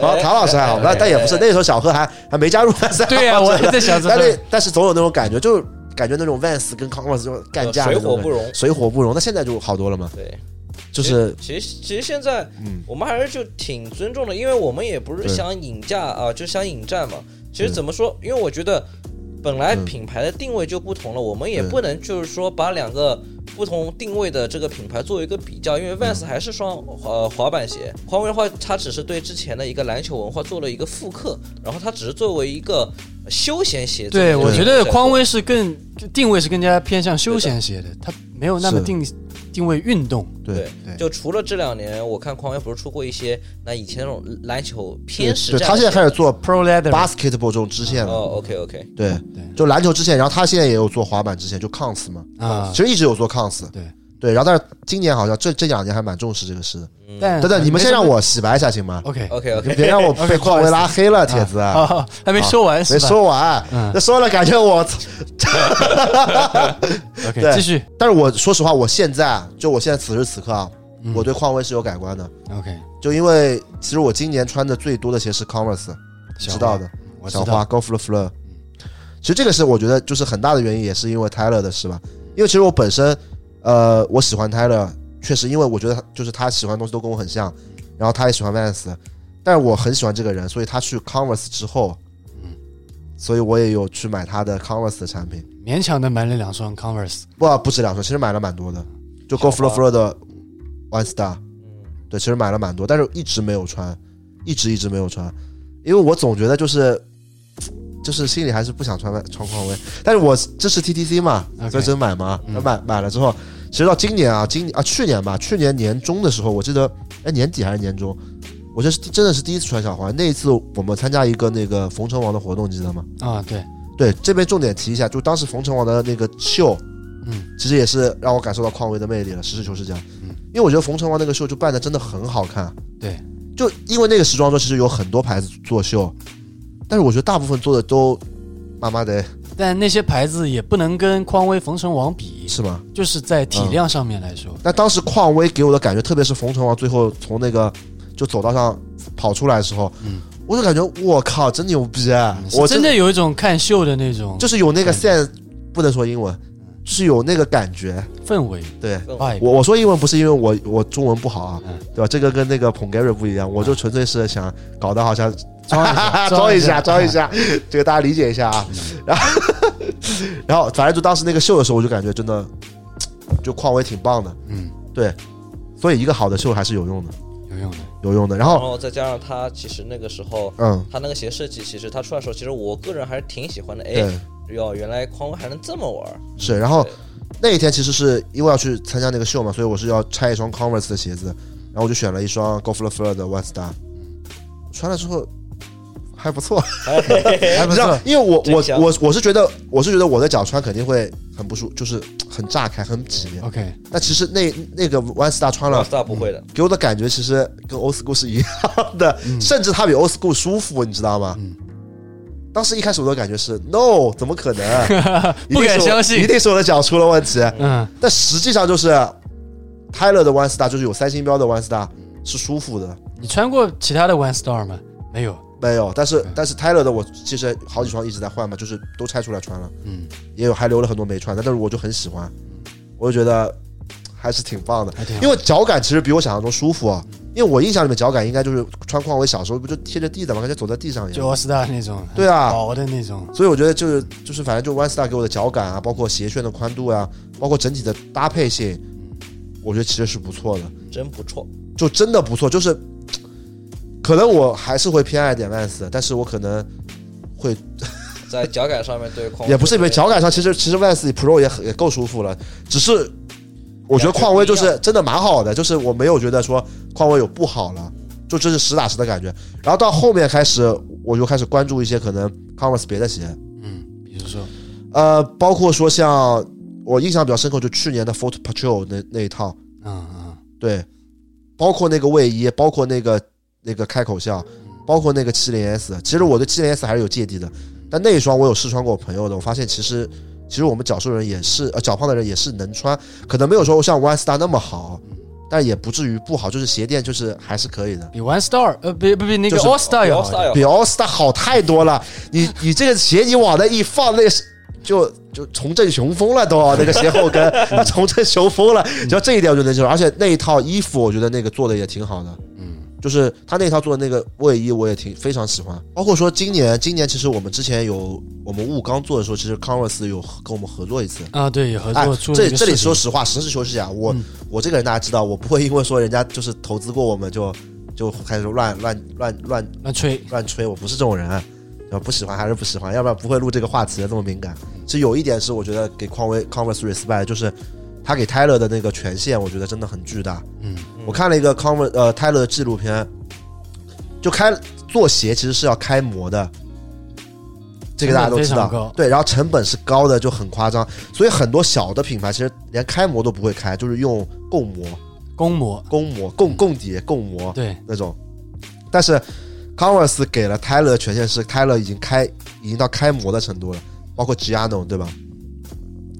然后唐老师还好，但但也不 是那时候小贺还还没加入 Vans，
对呀、
爱好
我
者
也在想这
但
个
是，但是总有那种感觉，就是感觉那种 Vans 跟 Converse 就干架的
呃水
那种
火
感
不
觉。
容，
水火不容，那现在就好多了嘛，
对，
就是
其实其实现在
嗯，
我们还是就挺尊重的，因为我们也不是
对
想引价啊，就想引战嘛。其实
对
怎么说，因为我觉得本来
嗯
品牌的定位就不同了，我们也
对
不能就是说把两个不同定位的这个品牌做一个比较，
嗯
因为 Vans 还是双呃滑板鞋，匡威的话它只是对之前的一个篮球文化做了一个复刻，然后它只是作为一个休闲鞋子
对
这么一个
我觉得
存在
匡威是更定位是更加偏向休闲鞋的，它没有那么
是
定定位运动。
对
对
就除了这两年，我看匡威不是出过一些那以前那种篮球偏实
对，
战，
他现在开始做
Pro Leather
basketball 这种支线了，
哦，OK OK，
对
对，
就篮球支线，然后他现在也有做滑板支线，就 cons 嘛，
啊
其，实一直有做 cons，
对
对，然后但是今年好像这这两年还蛮重视这个事的。
但
等等，你们先让
嗯没
我洗白一下行吗
什么？OK 啊
OK OK，
你别让我被匡威拉黑了，铁子。
啊，还没说完是
没
吧
说完，
嗯
那说了感觉我，
？OK，
对
继续
但是我说实话，我现在啊就我现在此时此刻啊，
嗯
我对匡威是有改观的，
OK，
就因为其实我今年穿的最多的鞋是 Converse，你
小
知道
花
的，
我知
小
道
花 Go for the flow。其实这个是我觉得就是很大的原因，也是因为 Tyler 的事吧。因为其实我本身，呃，我喜欢 Tyler，确实因为我觉得他就是他喜欢的东西都跟我很像，然后他也喜欢 Vans，但是我很喜欢这个人，所以他去 Converse 之后，
嗯
所以我也有去买他的 Converse 的产品，
勉强的买了两双 Converse，
不不止两双，其实买了蛮多的，就 Go
小
for the
花
flow 的 One Star，对，其实买了蛮多，但是一直没有穿，一直一直没有穿，因为我总觉得就是就是心里还是不想穿外穿匡威，但是我支持 TTC 嘛，
OK
所以真买嘛，
嗯
买买了之后，其实到今年啊，今啊去年吧，去年年中的时候，我记得哎年底还是年中，我这是真的是第一次穿小花，那一次我们参加一个那个冯成王的活动，你记得吗？
啊，对，
对，这边重点提一下，就当时冯成王的那个秀，
嗯，
其实也是让我感受到匡威的魅力了。实事求是讲，
嗯，
因为我觉得冯成王那个秀就办的真的很好看，
对，
就因为那个时装周其实有很多牌子做秀，但是我觉得大部分做的都妈妈得
但那些牌子也不能跟匡威、冯程王比，
是吗？
就是在体量上面来说，
但当时匡威给我的感觉，特别是冯程王最后从那个就走道上跑出来的时候，
嗯
我就感觉我靠，真牛逼！啊我
是真的有一种看秀的那种
就是有那个
感觉
sense，不能说英文，
嗯
是有那个感觉。
氛围
对
氛围
vibe。
我我说英文不是因为我我中文不好啊
嗯，
对吧？这个跟那个捧 Gary 不一样，我就纯粹是想搞得好像
装一 下，
装一下，装
装
一。下，这个大家理解一下啊。 然后，然后反正就当时那个秀的时候，我就感觉真的就匡威挺棒的，
嗯，
所以一个好的秀还是有用的，
有用的。
有用的。然
然
后，
后再加上他其实那个时候
嗯，
他那个鞋设计，其实他出来的时候，其实我个人还是挺喜欢的。哎，
对，
哟，原来匡威还能这 么玩儿。
是。然后
对
那一天其实是因为要去参加那个秀嘛，所以我是要拆一双 Converse 的鞋子，然后我就选了一双 Go f l o f l o 的 One Star，穿了之后还不错，
还不
你知道
错，，
因为我
真香
我我我是觉得我是觉得我的脚穿肯定会很不舒，就是很炸开，很挤。
OK，
那其实那那个 One Star 穿了
哦
s t 不会的，
给我的感觉其实跟 old school 是一样的，甚至它比 old school 舒服，你知道吗？
嗯
当时一开始我的感觉是 no，怎么可 能？
不敢相
一定是我一
信。
定是我的脚出了问题。
嗯，
但实际上就是 Tyler 的 One Star，就是有三星标的 One Star 是舒服的，
你穿过其他的 One Star 吗？没有。
没有。但是但是 Tyler 的我其实好几双一直在换嘛，就是都拆出来穿了，
嗯，
也有还留了很多没穿的，但是我就很喜欢，我就觉得还是挺棒的。
还挺好。
因为脚感其实比我想象中舒服啊。因为我印象里面脚感应该就是穿匡威小时候不就贴着地的嘛，感觉走在地上一
就 All
样。
Star 那种，
对啊
薄的那种。
所以我觉得就是就是反正就 One Star 给我的脚感啊，包括鞋楦的宽度啊，包括整体的搭配性，我觉得其实是不错的，
真不错。
就真的不错。就是可能我还是会偏爱点 Vans，但是我可能会
在脚感上面对匡威
也不是因为
特别
脚感上，其实其实 Vans Pro 也很也够舒服了，只是我觉得匡威就是真的蛮好的，就是我没有觉得说匡威有不好了，就这是实打实的感觉。然后到后面开始，我就开始关注一些可能 Converse 别的鞋，
嗯，比如说，
呃，包括说像我印象比较深刻，就去年的 Foot Patrol 那那一套，
嗯嗯
对，包括那个卫衣，包括那个那个开口笑，包括那个七零 S。其实我对七零 S 还是有芥蒂的，但那一双我有试穿过我朋友的，我发现其实其实我们脚瘦的人也是呃脚胖的人也是能穿，可能没有说像 One Star 那么好，但也不至于不好，就是鞋垫就是还是可以的。
比 One Star，呃，比不比那个
就是
All Star 要
All
好
Star 要
比 All Star 好太多了，你你这个鞋你往那一放，那是就就重振雄风了都，那个鞋后 跟啊重振雄风了，只要这一点我就能接受。而且那一套衣服，我觉得那个做的也挺好的，
嗯，
就是他那套做的那个卫衣，我也挺非常喜欢。包括说今年，今年其实我们之前有我们雾刚做的时候，其实 Converse 有跟我们合作一次。
啊，对，有合
哎
作，出了
这
一个
这里
视频
说实话，实事求是讲，我、
嗯
我这个人大家知道，我不会因为说人家就是投资过我们就就开始乱乱乱乱
乱吹，
乱吹，我不是这种人，对吧？不喜欢还是不喜欢，要不然不会录这个话题的这么敏感。是有一点是我觉得给匡威 Converse respect，就是他给 Tyler 的那个权限，我觉得真的很巨大。
嗯，
我看了一个 Converse 呃 Tyler 的纪录片，就开做鞋其实是要开模的。这个大家都知
成本非常
道
高，
对，然后成本是高的，就很夸张，所以很多小的品牌其实连开模都不会开，就是用供模、
公模，
供模、供供底、供模，
对，
那种。但是 Converse 给了 Tyler 的权限是 Tyler 已经开已经到开模的程度了，包括 Giano 对吧？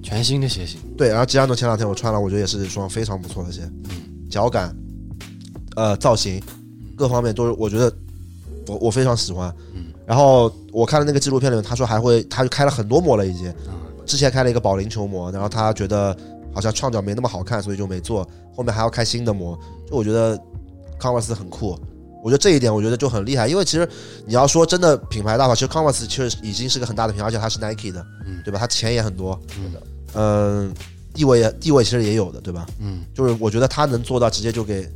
全新的鞋型，
对，然后 Giano 前两天我穿了，我觉得也是一双非常不错的鞋，
嗯
脚感、呃造型各方面都是我觉得我我非常喜欢。
嗯
然后我看了那个纪录片里面，他说还会，他就开了很多模了已经，
啊
之前开了一个保龄球模，然后他觉得好像创脚没那么好看，所以就没做，后面还要开新的模。就我觉得 Converse 很酷，我觉得这一点我觉得就很厉害，因为其实你要说真的品牌大法，其实 Converse 确实已经是个很大的品牌，而且它是 Nike 的，
嗯
对吧？它钱也很多，
嗯
嗯、地位也地位其实也有的，对吧？
嗯，
就是我觉得他能做到直接就给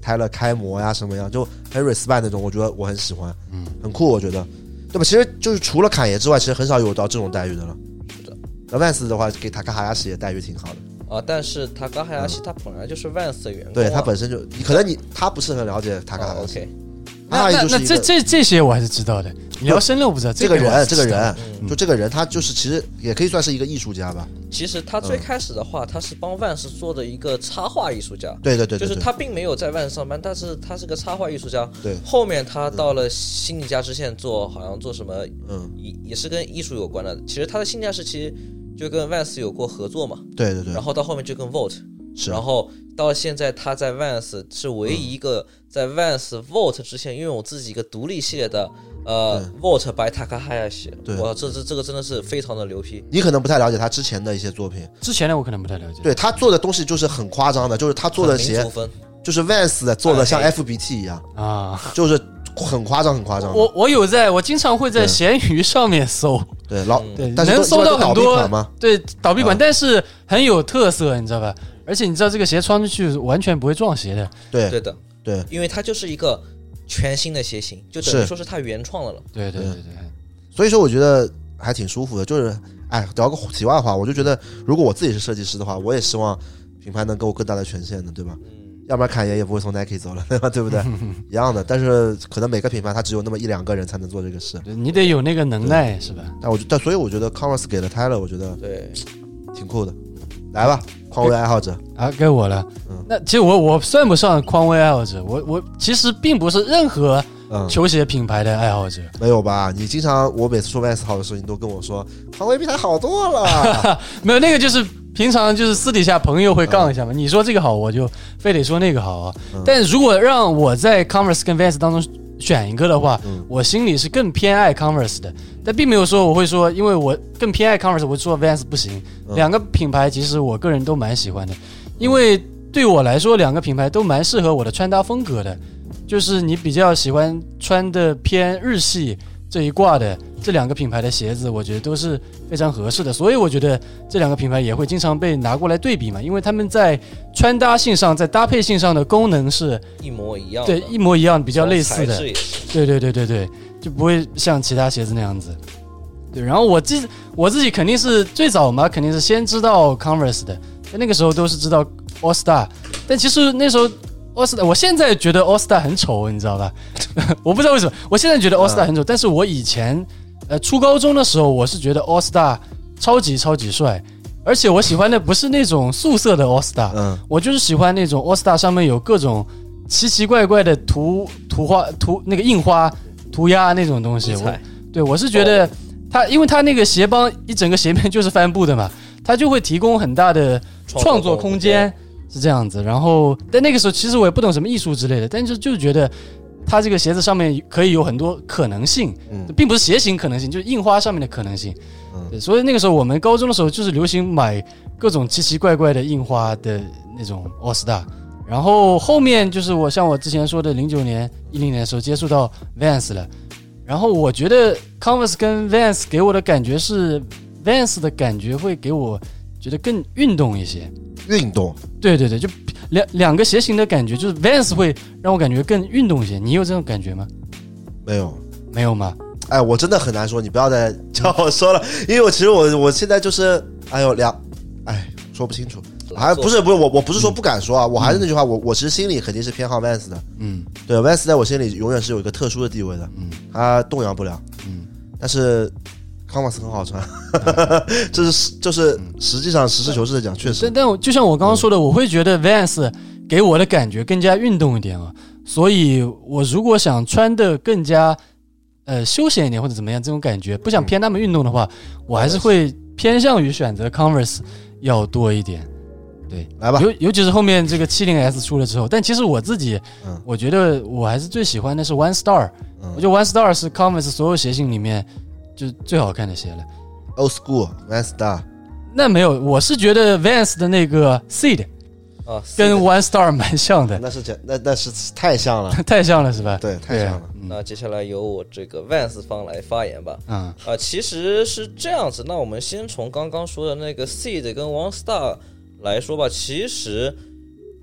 开了开模呀什么样，就很 respect 那种，我觉得我很喜欢，
嗯，
很酷，我觉得，对吧？其实就是除了侃爷之外，其实很少有到这种待遇的了。
是的
那 Vans 的话，给塔卡哈亚什也待遇挺好的，
啊，但是他刚
嗯
海亚西他本来就是 Vans 的员工啊，
对他本身就，你可能你他不是很了解塔卡哈
啊
亚什，
OK，
那
阿姨
那
就是
那
一
这
个
这这些我还是知道的，你聊深了我不知道。
这个
我还
人，这
是
个
知道的
人，嗯就这个人，他就是其实也可以算是一个艺术家吧。
其实他
嗯
最开始的话，他是帮万事做的一个插画艺术家，
对对对
就
对
是
对，
他并没有在万事上班，但是他是个插画艺术家。
对
后面他到了新艺家之线做，好像做什么，
嗯，
也也是跟艺术有关的。其实他的新艺家时期就跟万斯有过合作嘛，
对对对
然，后到后面就跟 Volt，
是啊
然后到现在他在 Vans 是唯一一个在 Vans Volt 之前拥有自己一个独立系列的呃 Volt by Takahashi，
对
哇，这这这个真的是非常的牛批，
你可能不太了解他之前的一些作品，
之前的我可能不太了解。
对他做的东西就是很夸张的，就是他做的
民
鞋
族风
就是 Vans 的做的像
哎
暗
FBT 一样，
啊，
就是很夸张很夸张的。
我我有在，我经常会在
嗯对
闲鱼上面搜，
对老
对，
但是
嗯能
都
搜
知道
到
是
很
倒闭
多
款吗？
对倒
嗯
闭款，但是很有特色，你知道吧？而且你知道这个鞋穿出去完全不会撞鞋的，
对
对的，
对，
因为它就是一个全新的鞋型，就等于
是
说是他原创的了。
对对对对，
所以说我觉得还挺舒服的。就是哎，聊个题外话，我就觉得如果我自己是设计师的话，我也希望品牌能给我更大的权限的，对吧？
嗯，
要不然侃爷也不会从 Nike 走了， 对吧？对不对？一样的，但是可能每个品牌它只有那么一两个人才能做这个事。
对你得有那个能耐是吧？
但我觉但所以我觉得 Converse 给了 Tyler，我觉得
对，
挺酷的。来吧，匡威爱好者，
啊，该我了
嗯。
那其实我我算不上匡威爱好者，我我其实并不是任何
嗯，
球鞋品牌的爱好者。
没有吧？你经常我每次说 Vans 好的时候，你都跟我说匡威比他好多 了。
没有那个就是平常就是私底下朋友会杠一下嘛，你说这个好，我就非得说那个好啊。
嗯
但如果让我在 Converse 跟 Vans 当中选一个的话，
嗯
我心里是更偏爱 Converse 的，但并没有说我会说，因为我更偏爱 Converse，我会说 Vans 不行。
嗯
两个品牌其实我个人都蛮喜欢的，因为对我来说，两个品牌都蛮适合我的穿搭风格的，就是你比较喜欢穿的偏日系。这一挂的这两个品牌的鞋子，我觉得都是非常合适的，所以我觉得这两个品牌也会经常被拿过来对比嘛，因为他们在穿搭性上，在搭配性上的功能是
一模一样的，
对一模一哦样，比较类似
材
的
质。也是
对对对对对，就不会像其他鞋子那样子。对，然后我自我自己肯定是最早嘛，肯定是先知道 Converse 的，在那个时候都是知道 All Star，但其实那时候 All Star，我现在觉得 All Star 很丑，你知道吧？ 我不知道为什么，我现在觉得 All Star 很丑，但是我以前呃初高中的时候，我是觉得 All Star 超级超级帅，而且我喜欢的不是那种素色的 All Star，
嗯
我就是喜欢那种 All Star 上面有各种奇奇怪怪的图图画图那个印花涂鸦那种东西。我
材
对我是觉得它，因为它那个鞋帮一整个鞋面就是帆布的嘛，它就会提供很大的创作空间，是这样子。然后但那个时候其实我也不懂什么艺术之类的，但是就觉得。它这个鞋子上面可以有很多可能性，
嗯
并不是鞋型可能性，就是印花上面的可能性。
嗯，
对，所以那个时候我们高中的时候就是流行买各种奇奇怪怪的印花的那种 All Star，然后后面就是我像我之前说的，零九年、一零年的时候接触到 Vans 了，然后我觉得 Converse 跟 Vans 给我的感觉是 Vans 的感觉会给我觉得更运动一些，
运动，
对对对，就两两个鞋型的感觉，就是 Vans 会让我感觉更运动一些，你有这种感觉吗？
没有。
没有吗？
哎，我真的很难说，你不要再叫我说了，因为我其实我我现在就是，哎呦两，哎说不清楚，还不是不是我我不是说不敢说啊，我还是那句话，我我其实心里肯定是偏好 Vans 的，
嗯，
对 Vans 在我心里永远是有一个特殊的地位的，
嗯，
他动摇不了，
嗯，
但是 Converse 很好穿，
嗯
这是 就是实际上实事求是的讲，确实嗯
但但我就像我刚刚说的，我会觉得 Vans 给我的感觉更加运动一点啊，所以我如果想穿的更加呃休闲一点或者怎么样，这种感觉
嗯
不想偏那么运动的话，我还是会偏向于选择 Converse 要多一点。对，
来吧，
尤尤其是后面这个七零 S 出了之后，但其实我自己，
嗯
我觉得我还是最喜欢的是 One Star，、
嗯
我觉得 One Star 是 Converse 所有鞋型里面就是最好看的鞋了。
Old School Vans Star，
那没有，我是觉得 Vans 的那个 Seed
啊，
跟
C 的
One Star 蛮像的，
那是这那那是太像了，
太像了是吧？
对，太像了，
那接下来由我这个 Vans 方来发言吧。
嗯
啊，其实是这样子。那我们先从刚刚说的那个 Seed 跟 One Star 来说吧。其实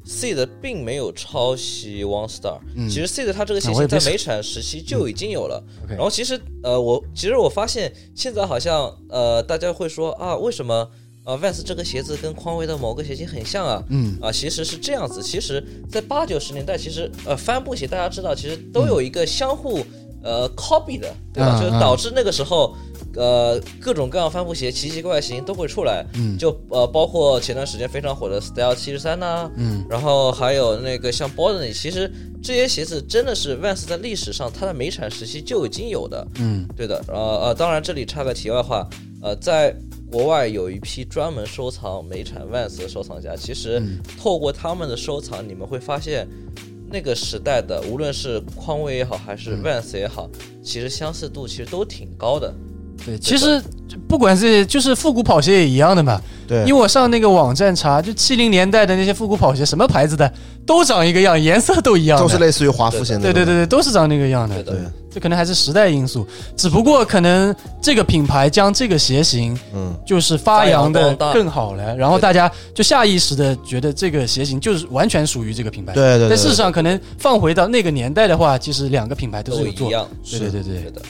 Seed 并没有抄袭 One Star，、其实
嗯
Seed 它这个
啊
鞋
我也没
型在
想
美产时期就已经有了。
，OK
然后其实呃，我其实我发现现在好像呃，大家会说啊，为什么？呃，Vans 这个鞋子跟匡威的某个鞋型很像啊，
嗯
啊，其实是这样子。其实，在八九十年代，其实呃，帆布鞋大家知道，其实都有一个相互呃 copy 的，对吧？
嗯
就是导致那个时候。呃，各种各样帆布鞋，奇奇怪怪的型都会出来，
嗯
就呃，包括前段时间非常火的 Style 七十三呐，
嗯，
然后还有那个像 Bodeny，其实这些鞋子真的是 Vans 在历史上它的美产时期就已经有的，
嗯，
对的，呃呃，当然这里插个题外话，呃，在国外有一批专门收藏美产 Vans 的收藏家，其实
嗯
透过他们的收藏，你们会发现。那个时代的，无论是匡威也好，还
嗯
是 Vans 也好，其实相似度其实都挺高的。
对，其实不管是就是复古跑鞋也一样的嘛，
对
因为我上那个网站查，就七零年代的那些复古跑鞋，什么牌子的都长一个样，颜色都一样的，
都是类似于华夫型的，
对对对对，都是长那个样的
对。的，
对，
这可能还是时代因素，只不过可能这个品牌将这个鞋型
嗯，
就是发扬的
发扬光大
更好了，然后大家就下意识的觉得这个鞋型就是完全属于这个品牌。
对对对对
但事实上，可能放回到那个年代的话，其实两个品牌都
都
是有
一
做。
样。
对对对对
对，的。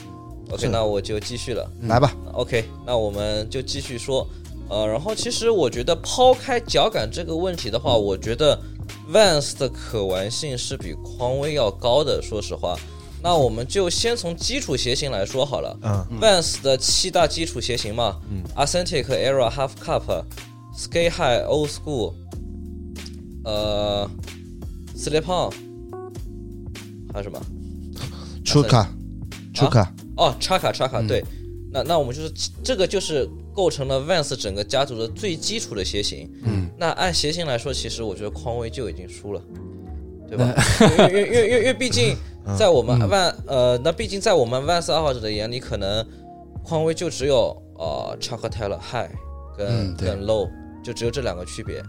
OK，
是
那我就继续了。
来吧，
OK，那我们就继续说。呃，然后其实我觉得抛开脚感这个问题的话，我觉得 Vans 的可玩性是比匡威要高的。说实话，那我们就先从基础鞋型来说好了。
嗯
Vans 的七大基础鞋型嘛，嗯，Authentic、Era、Half Cup、Sky High、Old School，呃，Slip On，还有什么？
出卡，出卡，
哦，插卡插卡，对，那那我们就是这个就是构成了 Vans 整个家族的最基础的鞋型。嗯，那按鞋型来说，其实我觉得匡威就已经输了，对吧？因为因为因为因为因为毕竟在我们万、呃，那毕竟在我们 Vans 爱好者的眼里，可能匡威就只有呃 c h a c t a l High 跟、
嗯对
跟 Low，就只有这两个区别。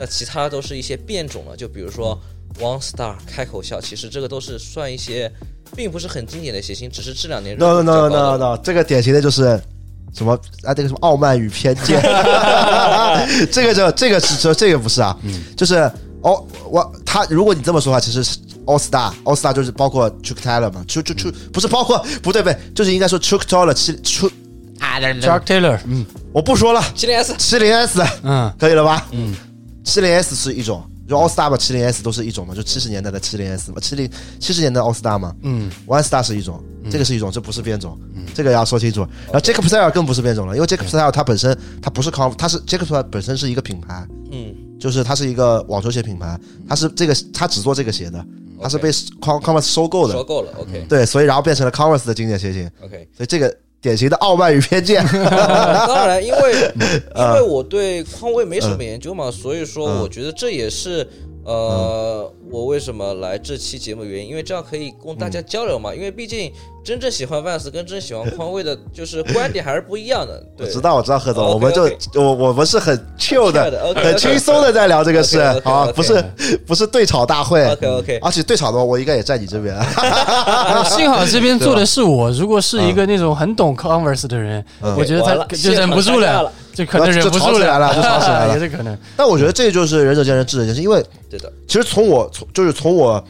那其他都是一些变种了，就比如说 One Star 开口笑，其实这个都是算一些，并不是很经典的鞋型，只是这两年
no
热度
no no
比较
no
高
no，这个典型的就是什么啊？这个什么傲慢与偏见，这个就这个是这这个不是啊，就是哦我他如果你这么说的话，其实是 All Star All Star 就是包括 Chuck Taylor 嘛，Chuck Chuck Chuck 不是包括不对不对，就是应该说 Chuck Taylor 七 Chuck，
Chuck Taylor，嗯
我不说了，
七零 S
七零 S
嗯，
可以了吧？嗯，七零 S 是一种，就 All Star 吧，七零 S 都是一种嘛，就七十年代的七零 S 嘛，七零七十年代的 All Star 嘛，嗯，One 嗯 Star 是一种，这个是一种，这不是变种，这个要说清楚。然后 Jacob Style 更不是变种了，因为 Jacob Style 它本身它不是 con，它是 Jacob Style 本身是一个品牌，
嗯，
就是它是一个网球鞋品牌，它是这个它只做这个鞋的，它是被 Con Converse 嗯收购
说
的，
够了，OK
对，所以然后变成了 Converse 的经典鞋型，
OK。
所以这个典型的傲慢与偏见，
当然，因为
嗯
因为我对匡威没什么研究嘛，所以说
嗯
我觉得这也是呃我为什么来这期节目原因，因为这样可以供大家交流
嗯
嘛。因为毕竟真正喜欢 Vans 跟真喜欢匡威的，就是观点还是不一样的。
我
对，哦
知道，我知道，贺总，
OK，
我们就
OK
我我们是很 chill
很 chill
的
的，，OK，OK
很轻松的在聊这个事，
OK，OK，OK
好吧？不是不是对吵大会
OK OK，
而且对吵的话，我应该也站你这边。
幸好这边坐的是我，如果是一个那种很懂 Converse 的人，我觉得
完
他
了
就忍不住
现场尴尬
了
了，
就可能忍不
嗯就吵
住
起来了就吵起来了
也是可能。
但我觉得这就是仁者见仁，智者见智，因为
对的，
其实从我从就是从我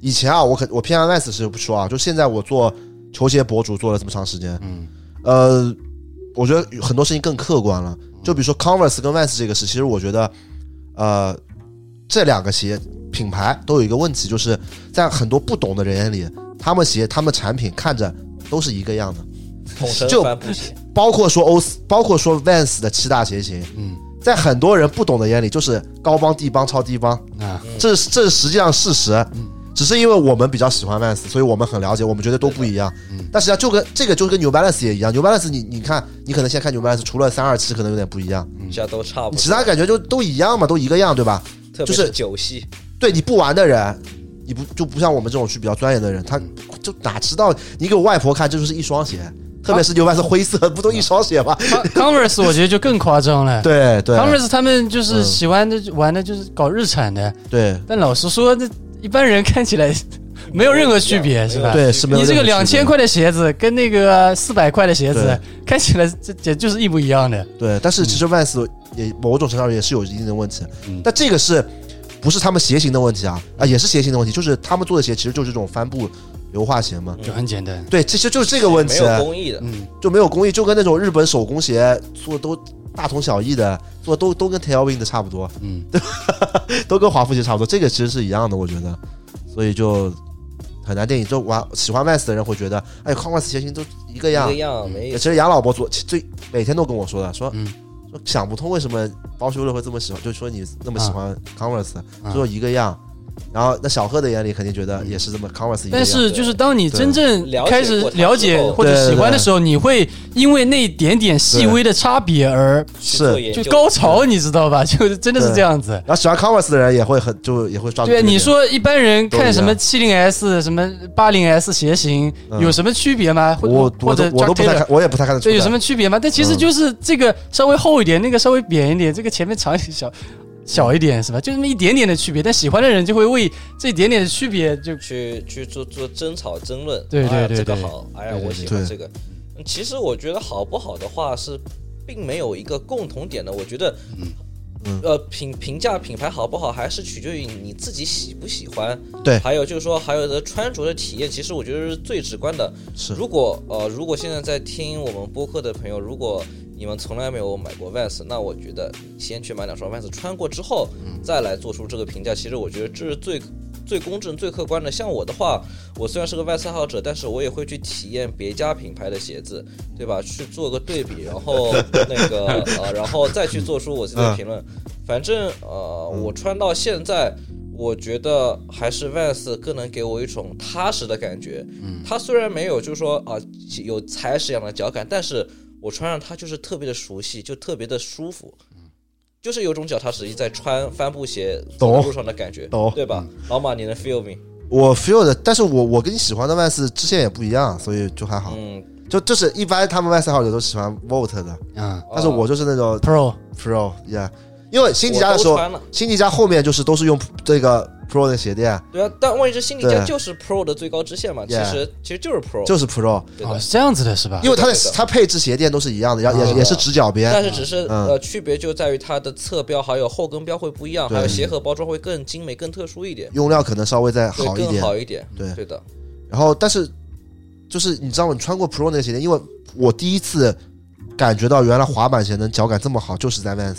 以前啊，我可我偏向 Vans 是不说啊，就现在我做球鞋博主做了这么长时间，嗯，呃，我觉得很多事情更客观了。就比如说 Converse 跟 Vans 这个事，其实我觉得，呃，这两个鞋品牌都有一个问题，就是在很多不懂的人眼里，他们鞋、他们产品看着都是一个样的。
统称
就
帆布鞋，
包括说欧，包括说 Vans 的七大鞋型，嗯，在很多人不懂的眼里，就是高帮、低帮、超低帮
啊，
这是这是实际上事实，只是因为我们比较喜欢 Vans，所以我们很了解，我们觉得都不一样，但实际上就跟这个就跟 New Balance 也一样，New Balance 你你看，你可能现在看 New Balance，除了三二七可能有点不一样，
其他都差不多。
嗯其他感觉就都一样嘛，都一个样，对吧？
特别
就是
是九系，
对你不玩的人，你不就不像我们这种去比较钻研的人，他就哪知道？你给我外婆看，这就是一双鞋，特别是 New Balance 灰色，不都一双鞋吗？
Con- Converse 我觉得就更夸张了。
对对
Converse 他们就是
嗯
喜欢的玩的就是搞日产的，
对。
但老实说，这一般人看起来 没有任何区别，是吧？
对是没有
你这
任何区别
个两千块的鞋子跟那个四百块的鞋子
对
看起来，这简就是一模一样的。
对，但是其实 Vans 也某种程度上也是有一定的问题，但这个是不是他们鞋型的问题啊？啊，也是鞋型的问题，就是他们做的鞋其实就是这种帆布油画鞋嘛。
就很简单。嗯
对，其实就是这个问
没
题，啊
有工艺的，
就没有工艺，就跟那种日本手工鞋做都大同小异的，做都都跟 Tailwind 差不多，
嗯，
都跟华夫奇差不多，这个其实是一样的，我觉得，所以就很难定义。就玩喜欢 Vans 的人会觉得，哎，Converse 鞋型都一个样嗯
一个。样没
其实杨老伯昨最每天都跟我说的，说、
嗯
说想不通为什么包修乐会这么喜欢，就说你那么喜
嗯
欢 Converse，、
啊
就说一个样。然后那小贺的眼里肯定觉
嗯
得也是这么 Converse 一个样。
但是就是当你真正
对
开始了
了解
解
过它之后
或者喜欢的时候，你会因为那一点点细微的差别而
去做
是
研
就
究
高潮，你知道吧？就是真的是这样子。
然后喜欢 Converse 的人也会很就也会抓住
对，
这个
你
点
说一般人
都一
看
样
什么七零 S、什么八零 S 鞋型
嗯
有什么区别吗？或
我
或
我
者
都我都
Chuck
不太
Taylor
看，我也不太看得出
对，
来。
有什么区别吗？但其实就是这个稍微厚一点，那个稍微扁一点，这个前面长一点，小小一点，是吧？就那么一点点的区别，但喜欢的人就会为这一点点的区别就
去去做做争吵争论，
对
哎呀
对对
这个
对
好，哎呀
对对
我
对
喜欢
对
这个。嗯其实我觉得好不好的话是并没有一个共同点的，我觉得
嗯。
呃，评评价品牌好不好，还是取决于你自己喜不喜欢。
对
还有就是说，还有的穿着的体验，其实我觉得是最直观的。
是
如果呃，如果现在在听我们播客的朋友，如果你们从来没有买过 Vans，那我觉得先去买两双 Vans，穿过之后再来做出这个评价。其实我觉得这是最最公正、最客观的。像我的话，我虽然是个 Vans 爱好者，但是我也会去体验别家品牌的鞋子，对吧？去做个对比，然后那个呃，然后再去做出我自己的评论。反正呃，我穿到现在。我觉得还是 Vans 更能给我一种踏实的感觉。嗯，它虽然没有就是说啊有踩屎一样的脚感，但是我穿上它就是特别的熟悉，就特别的舒服，
嗯
就是有种脚踏实地在穿帆布鞋走在
懂
路上的感觉，
懂
对吧？老马，你能 feel me？
我 feel 的，但是我我跟你喜欢的 Vans 支线也不一样，所以就还好。
嗯，
就就是一般他们 Vans 爱好者都喜欢 Volt 的，
哦
啊
但是
呃
我就是那种
Pro
Pro，yeah。因为新迪加
我
的
都
时候，
穿了，
新迪加后面就是都是用这个 Pro 的鞋垫，
对啊，但问题是新迪加
对
就是 Pro 的最高支线嘛，其
Yeah
实其实就是 Pro，
就是 Pro，
对
哦
的。
是这样子的是吧
因？为它的
对的
它配置鞋垫都是一样的，然后也
啊
也是直角
但
边，
是只是、
嗯
呃，区别就在于它的侧标还有后跟标会不一样，
对
还有鞋盒包装会更精美、更特殊一点，
用料可能稍微再
对，
好一
更
点。
好一点。
对
对的，
然后但是就是你知道吗？你穿过 Pro 那个鞋垫，因为我第一次感觉到原来滑板鞋能脚感这么好，就是在 Vans，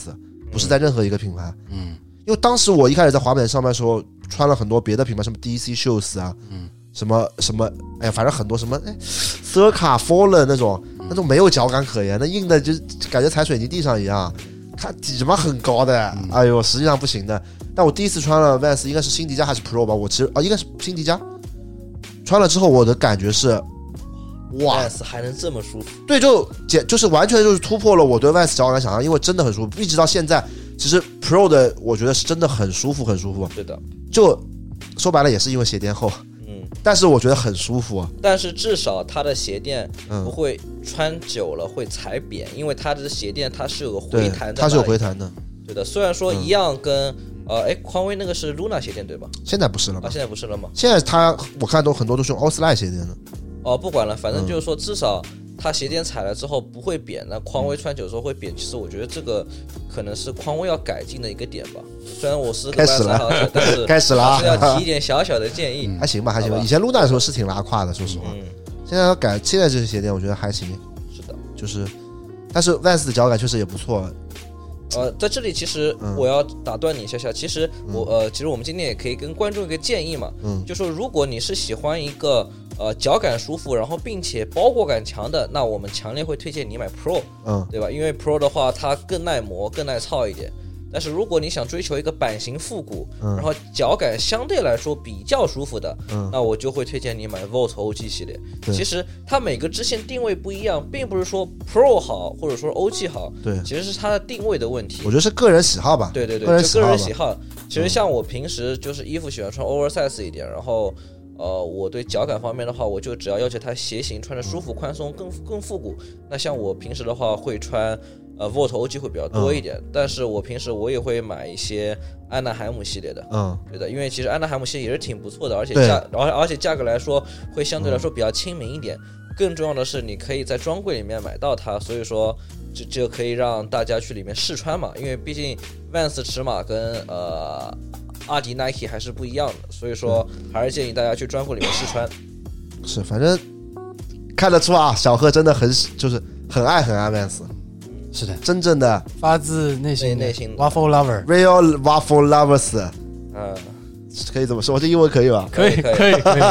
不是在任何一个品牌。
嗯
因为当时我一开始在滑板上班的时候，穿了很多别的品牌，什么 DC Shoes 啊，
嗯
什么什么，哎呀，反正很多什么，哎，Circa Fallen 那种，那种没有脚感可言，那硬的就感觉踩水泥地上一样，看底什么很高的，哎呦，实际上不行的。但我第一次穿了 Vans，应该是新迪加还是 Pro 吧？我其实啊，应该是新迪加。穿了之后，我的感觉是，哇，
，Vans 还能这么舒服，
对，就简就是完全就是突破了我对 Vans 脚感的想象，因为真的很舒服。一直到现在，其实 Pro 的我觉得是真的很舒服，很舒服。
对的，
就说白了也是因为鞋垫厚，
嗯。
但是我觉得很舒服。啊
但是至少它的鞋垫
嗯
不会穿久了会踩扁，因为它的鞋垫它是有个回
对
弹，的，
它是有回嗯弹的，
对的。虽然说一样跟、呃，哎，匡威那个是 Luna 鞋垫对吧？
现在不是了
啊，
吧？
现在不是了吗？
现在它我看都很多都是用 Oslide 鞋垫的，
哦，不管了，反
嗯
正就是说至少。它鞋垫踩了之后不会扁，那匡
嗯
威穿久之后会扁。其实我觉得这个可能是匡威要改进的一个点吧。虽然我是个
开始了
Vans 爱好者，但是
开始了啊嗯
还是要提一点小小的建议。
还行吧，还行吧。
好吧
以前露娜的时候是挺拉胯的，说实话。
嗯，
现在要改现在这些鞋垫，我觉得还行，
是的。
就是，但是 Vans 的脚感确实也不错。啊
呃，在这里其实
嗯
我要打断你一下下，其实我呃，其实我们今天也可以跟观众一个建议嘛，
嗯
就说如果你是喜欢一个呃脚感舒服，然后并且包裹感强的，那我们强烈会推荐你买 Pro，
嗯，
对吧？因为 Pro 的话它更耐磨、更耐操一点。但是如果你想追求一个版型复古，
嗯
然后脚感相对来说比较舒服的，
嗯
那我就会推荐你买 Volt OG 系列。
对
其实它每个支线定位不一样，并不是说 Pro 好或者说 OG 好，
对
其实是它的定位的问题
我。觉得是个人喜好吧。
对对对，
个人
就
喜
个
好
人
吧嗯
喜。好。其实像我平时就是衣服喜欢穿 oversize 一点，然后呃，我对脚感方面的话，我就只要要求它鞋型穿着舒服、
嗯
宽松、更更复古。那像我平时的话，会穿呃 Volt OG 会比较
嗯
多一点，但是我平时我也会买一些安娜海姆系列的。
嗯，
对的，因为其实安娜海姆系列也是挺不错的，而且
对
价，而而且价格来说会相对来说比较亲民一点。更重要的是，你可以在专柜里面买到它，所以说这这可以让大家去里面试穿嘛，因为毕竟 Vans 尺码跟呃阿迪 Nike 还是不一样的，所以说还是建议大家去专柜里面试穿。
是，反正看得出啊，小贺真的很喜就是很爱很爱 Vans，
是的，
真正的
发自内心的
内内心的
waffle lover，
real waffle lovers，
嗯，
可以这么说，我这英文可以吧？
可以
可以
可以可以，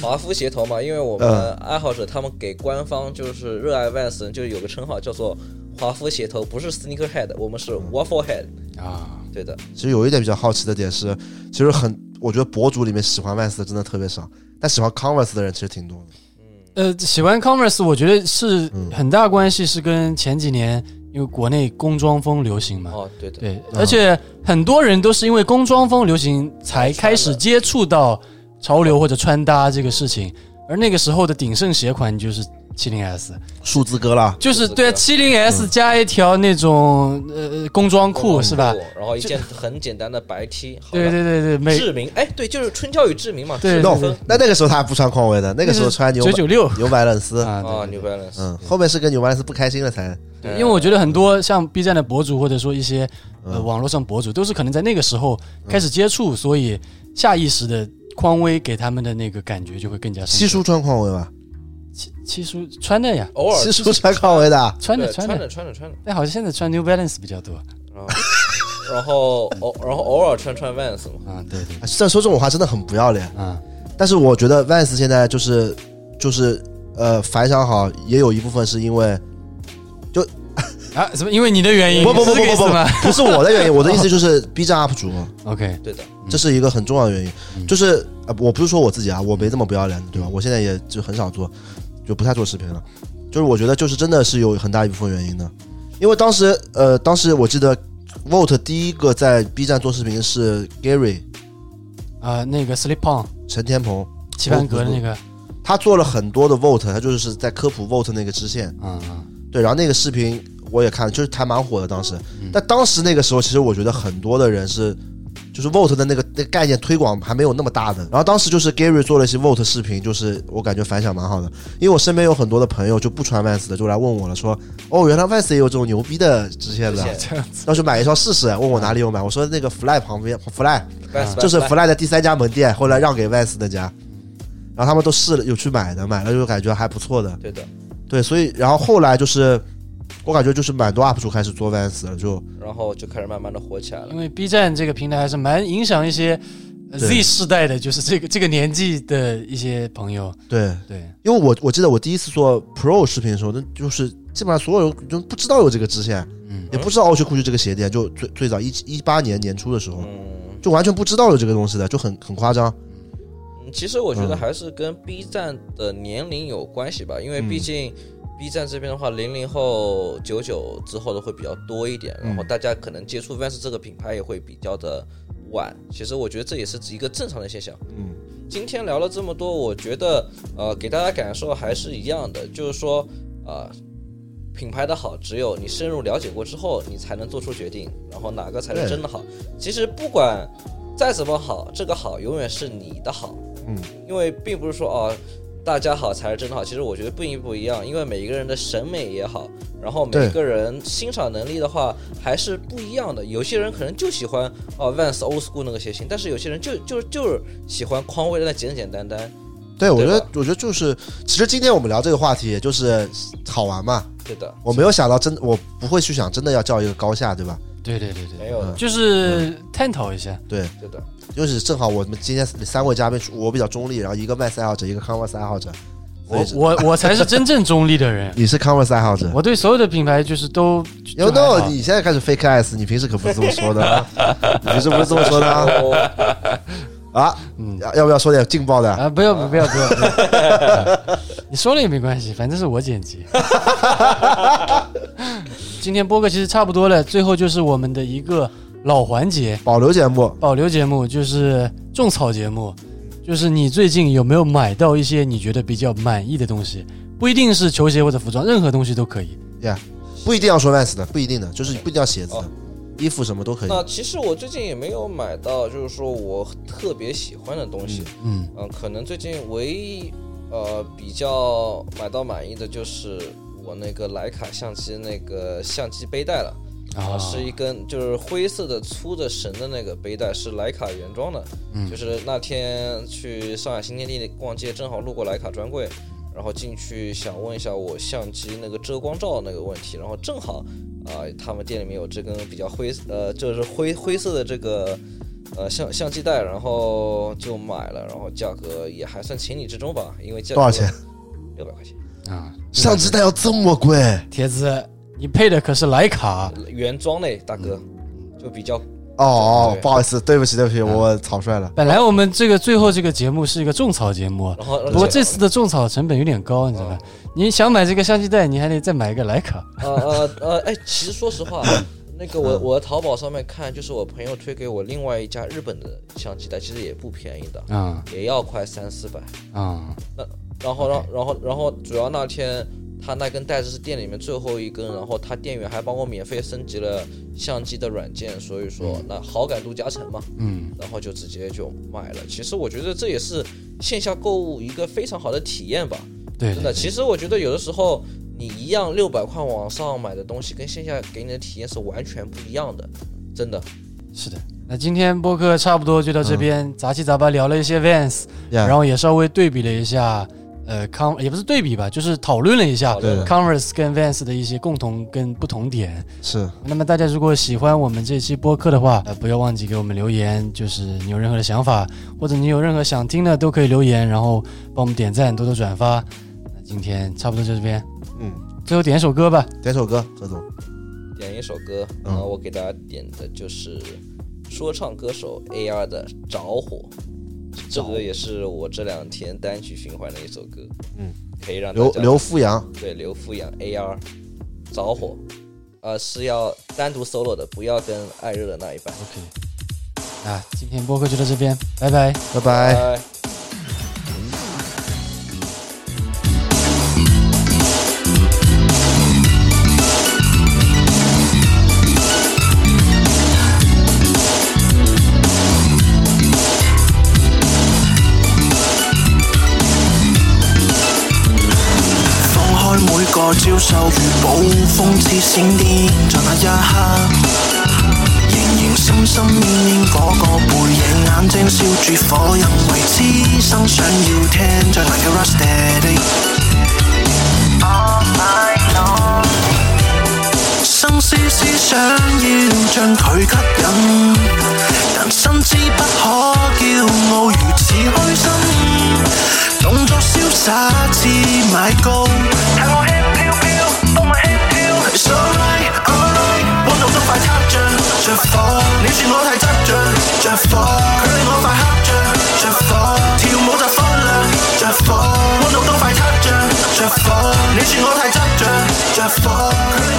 华夫协同嘛，因为我们爱好者他们给官方就是热爱 Vans 就有个称号叫做华夫协同，不是 Sneaker Head，我们是 Waffle Head。
啊，
对的，
其实有一点比较好奇的点是，其实很，我觉得博主里面喜欢 Vans 的真的特别少，但喜欢 Converse 的人其实挺多的。
呃，喜欢 Converse，我觉得是很大关系是跟前几年因为国内工装风流行嘛，
哦，对的，
对，
嗯
而且很多人都是因为工装风流行才开始接触到潮流或者穿搭这个事情，而那个时候的鼎盛鞋款就是七零 S，
数字哥啦，
就是
是的
对七零
嗯
S 加一条那种呃工装裤是吧？？
然后一件很简单的白 T，好
对
了
对对对，美
志明，哎，对，就是春娇与志明嘛，
对
志
那
明
我
分
那那个时候他还不穿匡威的，那个时候穿牛
九九六
牛百冷斯，
啊，
啊
对对
，New
对
Balance，
嗯，后面是跟牛百冷斯不开心了才，
对因为我觉得很多
嗯
像 B 站的博主或者说一些呃网络上博主，都是可能在那个时候开始接触，所以下意识的匡威给他们的那个感觉就会更加深刻
七叔穿匡威吧，
七七叔穿的呀，
偶尔
七叔穿匡威的，啊
穿的
对穿
的
着穿着穿着，
但好像现在穿 New Balance 比较多
然后然后偶然后偶尔穿穿 Vans 嘛，
啊，对对
这说这种话真的很不要脸。
啊，
但是我觉得 Vans 现在就是就是呃反响好，也有一部分是因为
啊，什么？因为你的原因？
不不不
是这
不
个意
不
思
不
吗，
不是我的原因，我的意思就是 B 站 UP 主，
？OK，
对的，
这是一个很重要的原
嗯
因。就是呃，我不是说我自己啊，我没这么不要脸，对吧？我现在也就很少做，就不太做视频了。就是我觉得就是真的是有很大一部分原因的，因为当时呃，当时我记得 Volt 第一个在 B 站做视频是 Gary
啊，那个 Slip On
陈天鹏，
棋盘格的那个，
他做了很多的 Volt，他就是在科普 Volt 那个支线。
嗯嗯，
对，然后那个视频我也看了，就是还蛮火的当时。但当时那个时候，其实我觉得很多的人是，就是 Volt 的那个那个概念推广还没有那么大的。然后当时就是 Gary 做了一些 Volt 视频，就是我感觉反响蛮好的，因为我身边有很多的朋友就不穿 Vans 的，就来问我了，说哦，原来 Vans 也有这种牛逼的支线的
支，线
这样子
要去买一双试试。问我哪里有买，我说那个 Fly 旁边 Fly。
啊
Vans
就是
Vans
Fly 的第三家门店，后来让给 Vans 那家，然后他们都试了，有去买的，买了就感觉还不错的，
对的，
对，所以然后后来就是，我感觉就是蛮多 UP 主开始做 Vans 了，就
然后就开始慢慢的火起来了
因。为 B 站这个平台还是蛮影响一些呃
对
Z 世代的，就是这个这个年纪的一些朋友，
对，
对，
因为我我记得我第一次做 Pro 视频的时候，那就是基本上所有人就不知道有这个支线，
嗯
也不知道奥去库区这个鞋店，就最最早一一八年年初的时候，
嗯，
就完全不知道有这个东西的，就很很夸张，
其实我觉得
嗯
还是跟 B 站的年龄有关系吧，
嗯
因为毕竟 B 站这边的话，零零后、九九之后的会比较多一点，
嗯
然后大家可能接触 Vans 这个品牌也会比较的晚。其实我觉得这也是一个正常的现象。
嗯，
今天聊了这么多，我觉得呃，给大家感受还是一样的，就是说呃。品牌的好，只有你深入了解过之后，你才能做出决定，然后哪个才是
对
真的好。其实不管再怎么好，这个好永远是你的好，
嗯，
因为并不是说哦，大家好才是真的好。其实我觉得并不一样，因为每一个人的审美也好，然后每
对
一个人欣赏能力的话还是不一样的。有些人可能就喜欢哦 Vans Old School 那个鞋型，但是有些人就就就是喜欢匡威的那简简单单，
对我觉
对
得
吧
我觉得就是，其实今天我们聊这个话题，也就是好玩嘛，
对的，
我没有想到真，我不会去想真的要叫一个高下，对吧？
对对对对，
没有
嗯
的，
就是探讨一下，
对，
对的，
就是正好我们今天三位嘉宾，我比较中立，然后一个 Vans 爱好者，一个 Converse 爱好者，所
我
以是，
我我才是真正中立的人
你是 Converse 爱好者。
我对所有的品牌就是都就
You
还好
know，你现在开始 fake ass，你平时可不是这么说的 啊，你平时不是这么说的啊
哦
啊！要要不要说点劲爆的？
啊，不要不要不要，不要 啊你说了也没关系，反正是我剪辑。 今天播客其实差不多了，最后就是我们的一个老环节，
保留节目，
保留节目，就是种草节目，就是你最近有没有买到一些你觉得比较满意的东西？不一定是球鞋或者服装，任何东西都可以。
不一定要说 Vans 的，不一定的，就是不一定要鞋子的
哦，
衣服什么都可以。
那其实我最近也没有买到，就是说我特别喜欢的东西。
嗯，
嗯，可能最近唯一呃比较买到满意的就是我那个徕卡相机那个相机背带了。
啊，
是一根就是灰色的粗的绳的那个背带，是徕卡原装的。就是那天去上海新天地逛街，正好路过徕卡专柜，然后进去想问一下我相机那个遮光罩那个问题，然后正好啊、他们店里面有这根比较灰呃就是灰灰色的这个呃相相机带，然后就买了，然后价格也还算情理之中吧，因为价格
多少钱？
六百块钱，
啊，
相机带要这么贵？
铁子，你配的可是徕卡，
原装嘞，大哥，就比较
哦哦
对，
不好意思，对不起，对不起，
嗯
我草率了。
本来我们这个最后这个节目是一个种草节目，
然后
不过这次的种草成本有点高，你知道吧？你想买这个相机带，你还得再买一个徕卡。
呃呃呃，哎，其实说实话，啊那个我我淘宝上面看，就是我朋友推给我另外一家日本的相机带，其实也不便宜的，
啊
也要快三四百。
啊
然后让然后然后主要那天他那根带子是店里面最后一根，然后他店员还帮我免费升级了相机的软件，所以说那好感度加成嘛，
嗯，
然后就直接就买了。其实我觉得这也是线下购物一个非常好的体验吧。
对
真
对
的，其实我觉得有的时候你一样六百块网上买的东西，跟线下给你的体验是完全不一样的，真的。
是的。嗯那今天播客差不多就到这边，杂七杂八聊了一些 Vans，
呀
然后也稍微对比了一下，呃，Con 也不是对比吧，就是讨论了一下
讨论
了
Converse 跟 Vans 的一些共同跟不同点。
是
那么大家如果喜欢我们这期播客的话，呃，不要忘记给我们留言，就是你有任何的想法，或者你有任何想听的，都可以留言，然后帮我们点赞，多多转发。那今天差不多就这边，
嗯，
最后点一首歌吧。
点首歌，何总。
点一首歌，
嗯
然后我给大家点的就是说唱歌手 AR 的《着火》，这个也是我这两天单曲循环的一首歌，
嗯，
可以让大
刘
家
刘富阳，
对刘富阳 AR《着火》，呃，是要单独 solo 的，不要跟艾热的那一版。
OK，那今天播客就到这边，拜拜。
拜拜。
拜。
放開每個招數如暴風似閃電，在那一刻，形形心心面面嗰個背影，眼睛燒住火，人為痴心想要聽，在那個 r u s t e a d 生思思想要將佢吸引，人生之不可驕傲，如此開心，動作瀟灑至買高。睇我輕飄飄，Oh my 輕飄，It's alright alright，温度都快測盡，着火，你算我太執着，着火，佢令我快黑着，着火，跳舞就放亮，着火，温度都快測盡，着火，你算我太執着，着火，佢令